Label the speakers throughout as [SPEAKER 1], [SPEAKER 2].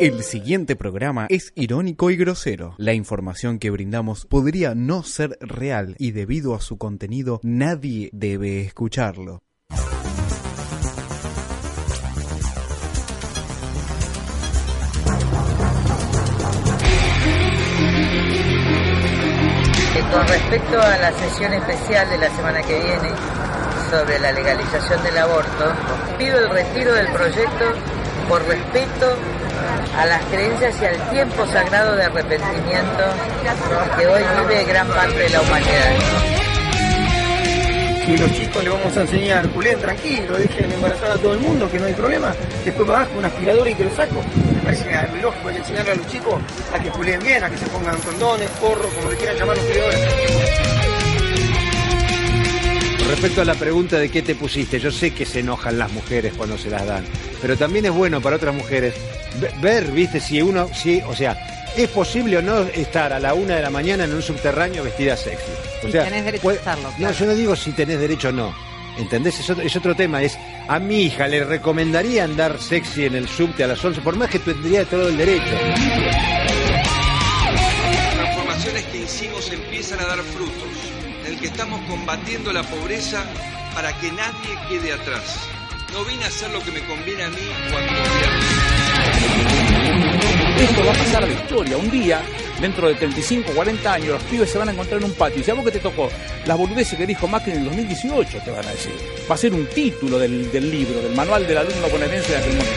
[SPEAKER 1] El siguiente programa es irónico y grosero. La información que brindamos podría no ser real y debido a su contenido nadie debe escucharlo.
[SPEAKER 2] que con respecto a la sesión especial de la semana que viene sobre la legalización del aborto, pido el retiro del proyecto por respeto a las creencias y al tiempo sagrado de arrepentimiento que hoy vive gran parte de la humanidad.
[SPEAKER 3] Y los chicos le vamos a enseñar, culén tranquilo, dejen embarazar a todo el mundo, que no hay problema. Después bajo una aspiradora y te lo saco. Me parece algo ilógico, hay que enseñarle a los chicos a que culen bien, a que se pongan condones, porros, como le quieran llamar los cuidadores.
[SPEAKER 4] Respecto a la pregunta de qué te pusiste, yo sé que se enojan las mujeres cuando se las dan, pero también es bueno para otras mujeres ve- ver, viste, si uno, si, o sea, es posible o no estar a la una de la mañana en un subterráneo vestida sexy. O
[SPEAKER 5] Y
[SPEAKER 4] sea,
[SPEAKER 5] tenés derecho a estarlo,
[SPEAKER 4] No,
[SPEAKER 5] claro.
[SPEAKER 4] yo no digo si tenés derecho o no. ¿Entendés? Es otro, es otro tema. Es a mi hija le recomendaría andar sexy en el subte a las 11, por más que tendría todo el derecho.
[SPEAKER 6] transformaciones que hicimos empiezan a dar frutos, en el que estamos combatiendo la pobreza para que nadie quede atrás. No vine a hacer lo que me conviene a mí cuando
[SPEAKER 7] Esto va a pasar a la historia. Un día, dentro de 35, 40 años, los pibes se van a encontrar en un patio. Y si a vos que te tocó las boludeces que dijo Macri en el 2018, te van a decir. Va a ser un título del, del libro, del manual del alumno bonaerense de aquel momento.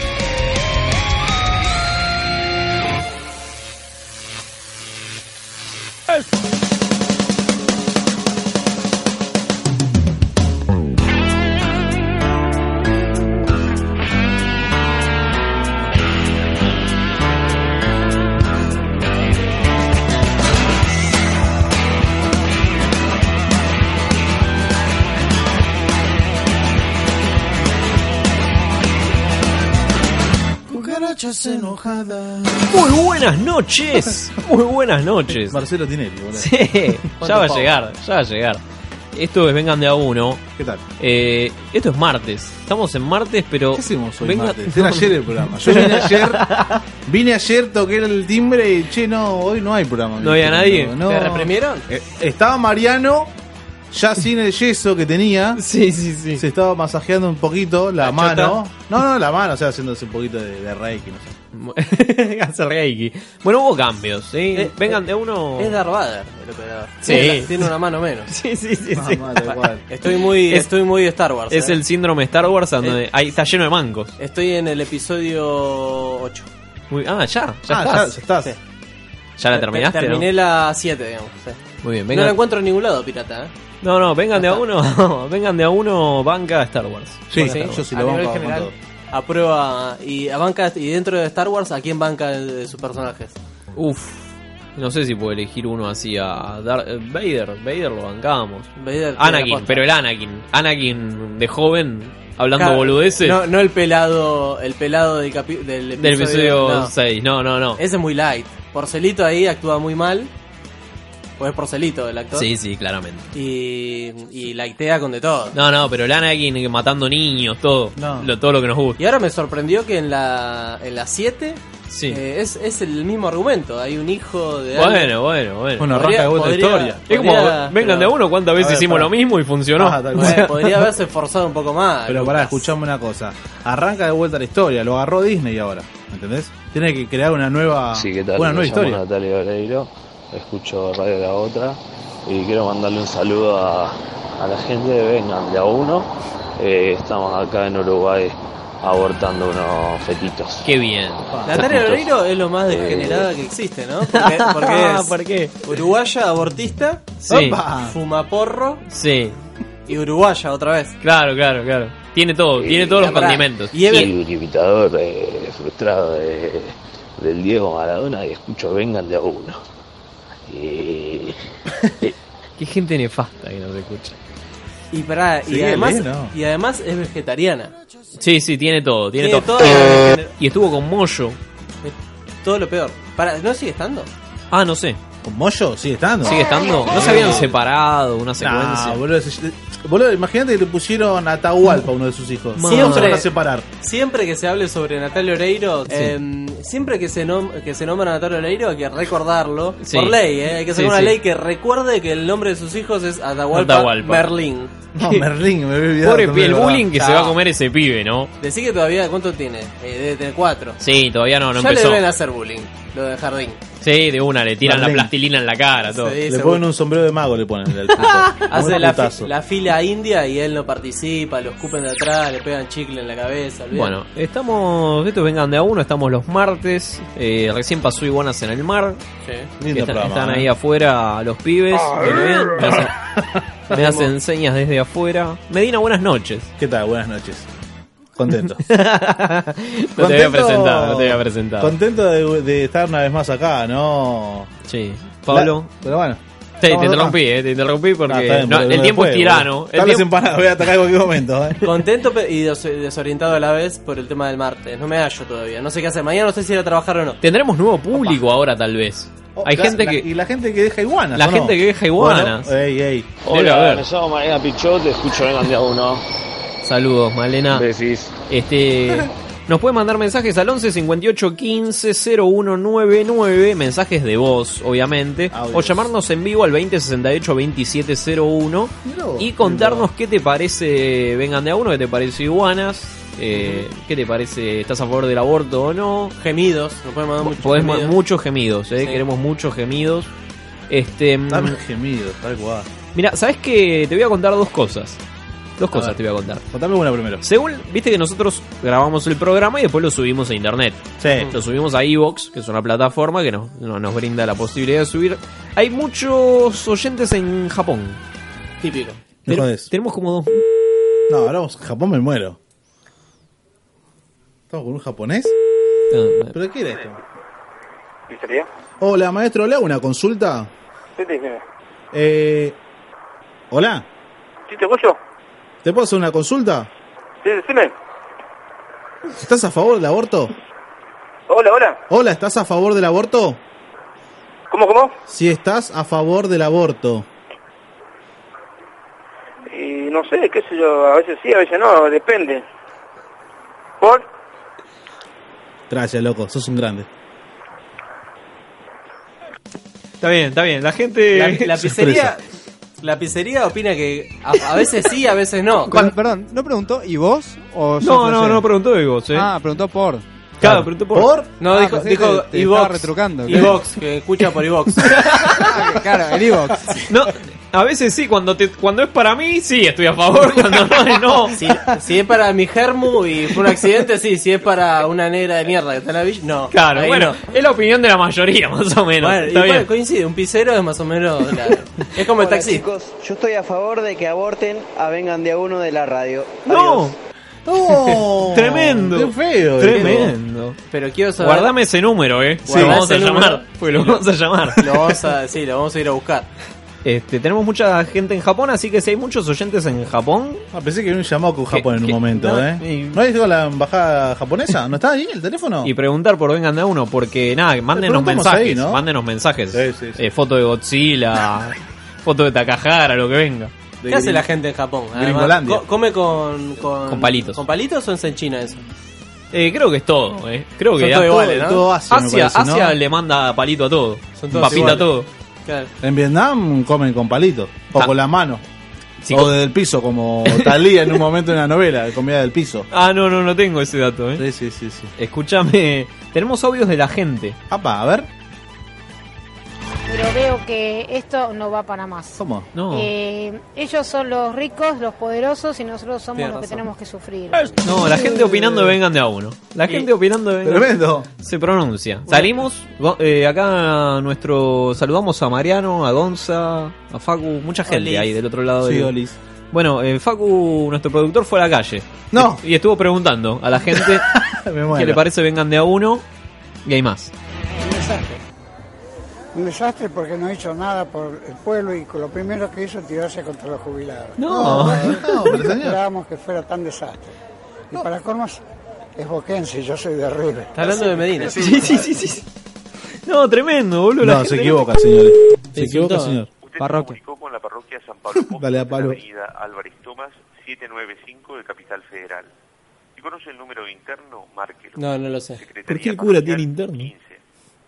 [SPEAKER 3] Cucarachas enojadas.
[SPEAKER 8] Muy buenas noches, muy buenas noches.
[SPEAKER 9] Marcelo Tinelli, boludo.
[SPEAKER 8] Sí, ya va a llegar, ya va a llegar. Esto es Vengan de a uno.
[SPEAKER 9] ¿Qué tal?
[SPEAKER 8] Eh, esto es martes, estamos en martes, pero.
[SPEAKER 9] ¿Qué hacemos hoy
[SPEAKER 8] Venga-
[SPEAKER 9] martes? Era ayer el programa. Yo vine ayer, vine ayer, toqué el timbre y che, no, hoy no hay programa.
[SPEAKER 8] ¿No había nadie?
[SPEAKER 9] No.
[SPEAKER 8] ¿Te reprimieron?
[SPEAKER 9] Eh, estaba Mariano ya sin el yeso que tenía.
[SPEAKER 8] Sí, sí, sí.
[SPEAKER 9] Se estaba masajeando un poquito la,
[SPEAKER 8] ¿La
[SPEAKER 9] mano. No, no, la mano, o sea, haciéndose un poquito de, de reiki. No sé.
[SPEAKER 8] Hace reiki. Bueno, hubo cambios, ¿sí?
[SPEAKER 10] Eh,
[SPEAKER 8] Vengan de uno.
[SPEAKER 10] Es Darth Vader el operador.
[SPEAKER 8] Sí.
[SPEAKER 10] Tiene, la- tiene una mano menos.
[SPEAKER 8] Sí, sí, sí.
[SPEAKER 9] Ah,
[SPEAKER 8] sí.
[SPEAKER 9] mal, da igual.
[SPEAKER 10] Estoy muy,
[SPEAKER 8] Es-
[SPEAKER 10] estoy muy Star Wars.
[SPEAKER 8] Es
[SPEAKER 10] eh.
[SPEAKER 8] el síndrome Star Wars,
[SPEAKER 9] eh,
[SPEAKER 8] donde ahí está lleno de mancos.
[SPEAKER 10] Estoy en el episodio 8.
[SPEAKER 8] Muy- ah, ya, ya
[SPEAKER 9] Ah,
[SPEAKER 8] estás.
[SPEAKER 9] ya, ya estás.
[SPEAKER 10] Sí.
[SPEAKER 8] Ya la terminaste, ¿no?
[SPEAKER 10] Terminé la 7, digamos. sí.
[SPEAKER 8] Muy bien,
[SPEAKER 10] No la
[SPEAKER 8] vengan.
[SPEAKER 10] encuentro en ningún lado, pirata. ¿eh?
[SPEAKER 8] No, no, vengan de a uno. vengan de a uno, banca Star Wars.
[SPEAKER 9] Sí,
[SPEAKER 10] Sí.
[SPEAKER 9] yo sí
[SPEAKER 10] A
[SPEAKER 9] lo
[SPEAKER 10] nivel
[SPEAKER 9] banco con
[SPEAKER 10] general.
[SPEAKER 9] todo.
[SPEAKER 10] Aprueba y a banca y dentro de Star Wars, ¿a quién banca de, de sus personajes?
[SPEAKER 8] Uf, no sé si puedo elegir uno así a Darth eh, Vader. Vader lo bancábamos.
[SPEAKER 10] Vader, la
[SPEAKER 8] Anakin,
[SPEAKER 10] posta.
[SPEAKER 8] pero el Anakin. Anakin de joven, hablando
[SPEAKER 10] Claro,
[SPEAKER 8] boludeces.
[SPEAKER 10] No, no el pelado, el pelado del, capi- del episodio,
[SPEAKER 8] del episodio
[SPEAKER 10] no.
[SPEAKER 8] 6. No, no, no.
[SPEAKER 10] Ese es muy light. Porcelito ahí actúa muy mal. Pues es Porcelito el actor.
[SPEAKER 8] Sí, sí, claramente.
[SPEAKER 10] Y, y laitea con de todo.
[SPEAKER 8] No, no, pero el Anakin que matando niños, todo.
[SPEAKER 9] No.
[SPEAKER 8] Lo, todo lo que nos gusta.
[SPEAKER 10] Y ahora me sorprendió que en la en la 7
[SPEAKER 8] Sí.
[SPEAKER 10] eh, es, es el mismo argumento. Hay un hijo de alguien-
[SPEAKER 8] Bueno, bueno, bueno.
[SPEAKER 9] Bueno, arranca de vuelta la
[SPEAKER 10] podría-
[SPEAKER 9] historia.
[SPEAKER 8] es como,
[SPEAKER 10] podría-
[SPEAKER 8] vengan de a
[SPEAKER 10] pero-
[SPEAKER 8] uno, ¿cuántas veces
[SPEAKER 9] A ver,
[SPEAKER 8] hicimos
[SPEAKER 9] pará.
[SPEAKER 8] lo mismo y funcionó?
[SPEAKER 9] Ah, tal cual.
[SPEAKER 10] Bueno, podría haberse esforzado un poco más.
[SPEAKER 9] Pero pará, escuchame una cosa. Arranca de vuelta la historia, lo agarró Disney ahora, ¿entendés? Tiene que crear una nueva,
[SPEAKER 11] Sí, ¿qué tal?
[SPEAKER 9] una nueva
[SPEAKER 11] Me llamo
[SPEAKER 9] historia.
[SPEAKER 11] Natalia Oreiro, escucho Radio La Otra y quiero mandarle un saludo a, a la gente de Vengan de a uno. Eh, estamos acá en Uruguay abortando unos fetitos.
[SPEAKER 8] Qué bien.
[SPEAKER 10] Natalia Oreiro es lo más degenerada que existe, ¿no? Porque, porque
[SPEAKER 8] Ah,
[SPEAKER 10] es
[SPEAKER 8] ¿por qué? Ah.
[SPEAKER 10] uruguaya, abortista,
[SPEAKER 8] Sí,
[SPEAKER 9] Opa.
[SPEAKER 10] fumaporro
[SPEAKER 8] sí.
[SPEAKER 10] y uruguaya otra vez.
[SPEAKER 8] Claro, claro, claro. Tiene todo, tiene todos los
[SPEAKER 10] pará.
[SPEAKER 8] condimentos.
[SPEAKER 10] Y Eve-
[SPEAKER 11] Soy un imitador eh, frustrado de- del Diego Maradona y escucho Vengan de a uno. Y
[SPEAKER 8] Qué gente nefasta que nos escucha.
[SPEAKER 10] Y pará, y,
[SPEAKER 9] Sí,
[SPEAKER 10] además,
[SPEAKER 9] él es, ¿no?
[SPEAKER 10] y además es vegetariana.
[SPEAKER 8] Sí, sí, tiene todo, tiene, Eh.
[SPEAKER 10] Tiene
[SPEAKER 8] todo.
[SPEAKER 10] todo lo degener-
[SPEAKER 8] Y estuvo con Moyo.
[SPEAKER 10] todo lo peor. Pará, ¿No sigue estando?
[SPEAKER 8] Ah, no sé.
[SPEAKER 9] ¿Con Moyo? ¿Sigue estando?
[SPEAKER 8] ¿Sigue estando? ¿No se habían separado una secuencia?
[SPEAKER 9] Nah, boludo, se- boludo, imagínate que le pusieron Atahualpa a uno de sus hijos.
[SPEAKER 10] Siempre-
[SPEAKER 9] se van a separar.
[SPEAKER 10] Siempre que se hable sobre Natalia Oreiro, em, siempre que se, nom- que se nombra a Natalia Oreiro hay que recordarlo.
[SPEAKER 8] Sí.
[SPEAKER 10] Por ley, ¿eh? hay que hacer
[SPEAKER 8] Sí,
[SPEAKER 10] una
[SPEAKER 8] sí.
[SPEAKER 10] ley que recuerde que el nombre de sus hijos es Atahualpa,
[SPEAKER 8] Atahualpa.
[SPEAKER 10] Merlín.
[SPEAKER 9] No, Merlín, me había olvidado.
[SPEAKER 8] Pobre
[SPEAKER 9] también,
[SPEAKER 8] el
[SPEAKER 9] ¿verdad?
[SPEAKER 8] bullying que se va a comer ese pibe, ¿no?
[SPEAKER 10] Decí que todavía, ¿cuánto tiene? Eh, debe tener cuatro.
[SPEAKER 8] Sí, todavía no, no
[SPEAKER 10] ya
[SPEAKER 8] empezó.
[SPEAKER 10] le deben hacer bullying, lo del jardín.
[SPEAKER 8] Sí, de una, le tiran la
[SPEAKER 9] Berlín.
[SPEAKER 8] plastilina en la cara, todo.
[SPEAKER 10] Sí,
[SPEAKER 9] Le
[SPEAKER 10] seguro.
[SPEAKER 9] ponen un sombrero de mago, le ponen. al puto.
[SPEAKER 10] Hace
[SPEAKER 9] Un
[SPEAKER 10] la, fi-
[SPEAKER 9] putazo.
[SPEAKER 10] la fila india y él no participa, lo escupen de atrás, le pegan chicle en la cabeza. olvidate.
[SPEAKER 8] Bueno, estamos, estos vengan de a uno, estamos los martes, eh, recién pasó Iguanas en el mar,
[SPEAKER 10] Sí.
[SPEAKER 9] Lindo
[SPEAKER 8] Están-
[SPEAKER 9] programa,
[SPEAKER 8] están
[SPEAKER 9] ¿eh?
[SPEAKER 8] ahí afuera los pibes. que me ven, me hacen, me hacen señas desde afuera. Medina, buenas noches.
[SPEAKER 9] ¿Qué tal? Buenas noches. Contento.
[SPEAKER 8] No te había presentado, no te había presentado.
[SPEAKER 9] Contento de, de estar una vez más acá, ¿no.
[SPEAKER 8] Sí. Pablo.
[SPEAKER 9] La- pero bueno.
[SPEAKER 8] Sí, te
[SPEAKER 9] estamos acá.
[SPEAKER 8] interrumpí, eh, te interrumpí porque
[SPEAKER 9] Ah, está bien,
[SPEAKER 8] no,
[SPEAKER 9] pero
[SPEAKER 8] el tiempo es
[SPEAKER 9] después,
[SPEAKER 8] tirano.
[SPEAKER 9] boludo.
[SPEAKER 8] El
[SPEAKER 9] Están las
[SPEAKER 8] tiempo-
[SPEAKER 9] empanadas, voy a atacar en cualquier momento. ¿eh?
[SPEAKER 10] Contento pe- y des- desorientado a la vez por el tema del martes. No me hallo todavía. No sé qué hacer. Mañana no sé si ir a trabajar o no.
[SPEAKER 8] Tendremos nuevo público ahora tal vez.
[SPEAKER 9] Oh,
[SPEAKER 8] Hay
[SPEAKER 9] la-
[SPEAKER 8] gente
[SPEAKER 9] la- Y
[SPEAKER 8] que...
[SPEAKER 9] la gente que deja iguanas.
[SPEAKER 8] La
[SPEAKER 9] ¿o
[SPEAKER 8] gente
[SPEAKER 9] no?
[SPEAKER 8] que deja iguanas.
[SPEAKER 9] Bueno, ey, ey.
[SPEAKER 8] Hola, a ver.
[SPEAKER 11] Me llamo Mariana Pichot, te escucho vengan de a uno.
[SPEAKER 8] Saludos, Malena.
[SPEAKER 11] Besis.
[SPEAKER 8] Este, nos puede mandar mensajes al 11 58 15 0199, mensajes de voz, obviamente,
[SPEAKER 9] Audios.
[SPEAKER 8] o llamarnos en vivo al 20 68 27 01
[SPEAKER 9] Mirá vos,
[SPEAKER 8] y contarnos qué te parece, vengan de a uno, qué te parece Iguanas, eh, qué te parece, estás a favor del aborto o no.
[SPEAKER 10] Gemidos. Nos pueden
[SPEAKER 9] Ah,
[SPEAKER 10] mandar muchos
[SPEAKER 8] Podés ma-
[SPEAKER 10] gemidos.
[SPEAKER 8] muchos gemidos, eh,
[SPEAKER 10] Sí.
[SPEAKER 8] queremos muchos gemidos. Este, mm,
[SPEAKER 9] Dame gemido, tal cual.
[SPEAKER 8] mira, ¿sabes qué? Te voy a contar dos cosas. Dos
[SPEAKER 9] A
[SPEAKER 8] cosas
[SPEAKER 9] ver.
[SPEAKER 8] te voy a contar.
[SPEAKER 9] Contame una primero.
[SPEAKER 8] Según, viste que nosotros grabamos el programa y después lo subimos a internet.
[SPEAKER 9] Sí.
[SPEAKER 8] Lo subimos a Evox, que es una plataforma que nos, no- nos brinda la posibilidad de subir. Hay muchos oyentes en Japón.
[SPEAKER 10] Típico.
[SPEAKER 9] No
[SPEAKER 8] Ten-
[SPEAKER 9] jodes.
[SPEAKER 8] tenemos como dos.
[SPEAKER 9] No, ahora vamos, Japón me muero. ¿Estamos con un japonés?
[SPEAKER 8] eh,
[SPEAKER 9] ¿Pero qué era esto?
[SPEAKER 3] ¿Pizzería?
[SPEAKER 9] Hola, maestro, le hago una consulta.
[SPEAKER 3] Sí, dime.
[SPEAKER 9] Eh, hola,
[SPEAKER 3] ¿Sí te escucho?
[SPEAKER 9] ¿te puedo hacer una consulta?
[SPEAKER 3] Sí, decime.
[SPEAKER 9] ¿Estás a favor del aborto?
[SPEAKER 3] Hola, hola.
[SPEAKER 9] Hola, ¿estás a favor del aborto?
[SPEAKER 3] ¿Cómo, cómo?
[SPEAKER 9] Si estás a favor del aborto.
[SPEAKER 3] Y no sé, qué sé yo, a veces sí, a veces no, depende. ¿Por?
[SPEAKER 9] Gracias, loco, sos un grande.
[SPEAKER 8] Está bien, está bien. La gente.
[SPEAKER 10] La, la pizzería. La pizzería opina que a, a veces sí, a veces no.
[SPEAKER 5] Con- Perdón, ¿no preguntó? ¿Y vos? ¿O sos
[SPEAKER 8] No, no,
[SPEAKER 5] flashero?
[SPEAKER 8] no preguntó de vos, eh.
[SPEAKER 5] Ah, preguntó por.
[SPEAKER 8] claro, preguntó por.
[SPEAKER 10] No,
[SPEAKER 5] Ah,
[SPEAKER 10] dijo,
[SPEAKER 5] pensé
[SPEAKER 10] dijo
[SPEAKER 5] que te estaba
[SPEAKER 10] Evox.
[SPEAKER 5] retrucando.
[SPEAKER 10] Evox, que escucha por Evox.
[SPEAKER 5] Ah, claro, el Evox.
[SPEAKER 8] No, a veces sí, cuando, te, cuando es para mí, sí, estoy a favor. Cuando no, es no.
[SPEAKER 10] si, si es para mi germu y fue un accidente, sí. Si es para una negra de mierda que está en la villa, no.
[SPEAKER 8] Claro,
[SPEAKER 10] Ahí
[SPEAKER 8] bueno,
[SPEAKER 10] no.
[SPEAKER 8] es la opinión de la mayoría, más o menos.
[SPEAKER 10] Bueno,
[SPEAKER 8] está
[SPEAKER 10] y
[SPEAKER 8] bien.
[SPEAKER 10] bueno, coincide, un pizzero es más o menos. la- es como el taxi.
[SPEAKER 2] Chicos, yo estoy a favor de que aborten a Vengan de a uno de la radio.
[SPEAKER 8] no,
[SPEAKER 9] ¡No!
[SPEAKER 8] Tremendo.
[SPEAKER 9] Oh. ¡Qué feo!
[SPEAKER 8] tremendo.
[SPEAKER 10] Pero quiero saber.
[SPEAKER 8] Guardame ese número, eh. lo
[SPEAKER 10] Guardá
[SPEAKER 8] vamos a
[SPEAKER 10] ese
[SPEAKER 8] llamar.
[SPEAKER 10] número.
[SPEAKER 8] Pues lo vamos a llamar.
[SPEAKER 10] Lo vamos a, sí, lo vamos a ir a buscar.
[SPEAKER 8] Este, tenemos mucha gente en Japón, así que si hay muchos oyentes en Japón,
[SPEAKER 9] Ah, pensé que había un llamado con Japón en
[SPEAKER 8] que-
[SPEAKER 9] un momento,
[SPEAKER 8] no,
[SPEAKER 9] ¿eh?
[SPEAKER 8] y-
[SPEAKER 9] ¿No llegó la embajada japonesa? ¿No estaba ahí el teléfono?
[SPEAKER 8] y preguntar por vengan de a uno, porque nada, mándenos
[SPEAKER 9] preguntamos
[SPEAKER 8] mensajes,
[SPEAKER 9] ahí, ¿no?
[SPEAKER 8] mándenos mensajes.
[SPEAKER 9] Sí, sí, sí.
[SPEAKER 8] Eh, foto de Godzilla, foto de Takahara, lo que venga.
[SPEAKER 10] ¿Qué hace la gente en Japón? Además,
[SPEAKER 9] Gringolandia.
[SPEAKER 10] co- ¿Come con, con,
[SPEAKER 8] Con palitos.
[SPEAKER 10] ¿Con palitos o es en China eso?
[SPEAKER 8] Eh, creo que es todo, eh. Creo que
[SPEAKER 10] Son
[SPEAKER 8] a
[SPEAKER 10] todo
[SPEAKER 8] todo-
[SPEAKER 10] iguales, ¿no?
[SPEAKER 9] Todo Asia, me
[SPEAKER 8] Asia,
[SPEAKER 9] parece, ¿no?
[SPEAKER 8] Asia le manda palito a todo.
[SPEAKER 10] Son todos
[SPEAKER 8] Papita a
[SPEAKER 10] iguales.
[SPEAKER 8] todo.
[SPEAKER 10] Claro.
[SPEAKER 9] En Vietnam comen con palitos. O
[SPEAKER 8] Ah.
[SPEAKER 9] con la mano.
[SPEAKER 8] Sí,
[SPEAKER 9] o
[SPEAKER 8] con-
[SPEAKER 9] del piso, como Talía en un momento de una novela, de comida del piso.
[SPEAKER 8] Ah, no, no, no tengo ese dato, eh.
[SPEAKER 9] Sí, sí, sí, sí.
[SPEAKER 8] Escúchame, tenemos audios de la gente.
[SPEAKER 9] Apa, a ver,
[SPEAKER 12] pero veo que esto no va para más.
[SPEAKER 9] ¿cómo?
[SPEAKER 8] No.
[SPEAKER 12] Eh, ellos son los ricos, los poderosos y nosotros somos
[SPEAKER 10] Tienes
[SPEAKER 12] los que
[SPEAKER 10] razón.
[SPEAKER 12] tenemos que sufrir.
[SPEAKER 8] No, la gente opinando de vengan de a uno. La gente opinando de vengan
[SPEAKER 9] Tremendo.
[SPEAKER 8] se pronuncia. Salimos, go- eh, acá nuestro saludamos a Mariano, a Gonza, a Facu, mucha gente
[SPEAKER 10] Olis.
[SPEAKER 8] ahí del otro lado.
[SPEAKER 9] Sí,
[SPEAKER 8] del-
[SPEAKER 9] Olis.
[SPEAKER 8] Bueno, eh, Facu, nuestro productor, fue a la calle.
[SPEAKER 9] No.
[SPEAKER 8] Y estuvo preguntando a la gente qué
[SPEAKER 9] Me
[SPEAKER 8] le
[SPEAKER 9] muero.
[SPEAKER 8] parece vengan de a uno y hay más.
[SPEAKER 5] Un desastre. Un desastre porque no hizo nada por el pueblo y lo primero que hizo tirarse contra los jubilados.
[SPEAKER 8] No.
[SPEAKER 9] No, pero señor.
[SPEAKER 5] esperábamos que fuera tan desastre. Y para colmos es boquense, yo soy de River.
[SPEAKER 10] Está hablando de Medina.
[SPEAKER 8] Sí, sí, sí, sí. sí. No, tremendo, boludo. la
[SPEAKER 9] No, se
[SPEAKER 8] gente-
[SPEAKER 9] equivoca, señores.
[SPEAKER 10] Insultó.
[SPEAKER 9] Se equivoca, señor.
[SPEAKER 11] Usted
[SPEAKER 10] Parroquia.
[SPEAKER 11] se comunicó con la parroquia San Pablo Apóstol
[SPEAKER 9] Dale a
[SPEAKER 11] de la
[SPEAKER 9] palo.
[SPEAKER 11] avenida Álvarez Tomás 795 de Capital Federal. Si
[SPEAKER 13] conoce el número interno, márquelo.
[SPEAKER 10] No, no lo sé.
[SPEAKER 9] ¿Por qué el cura tiene interno?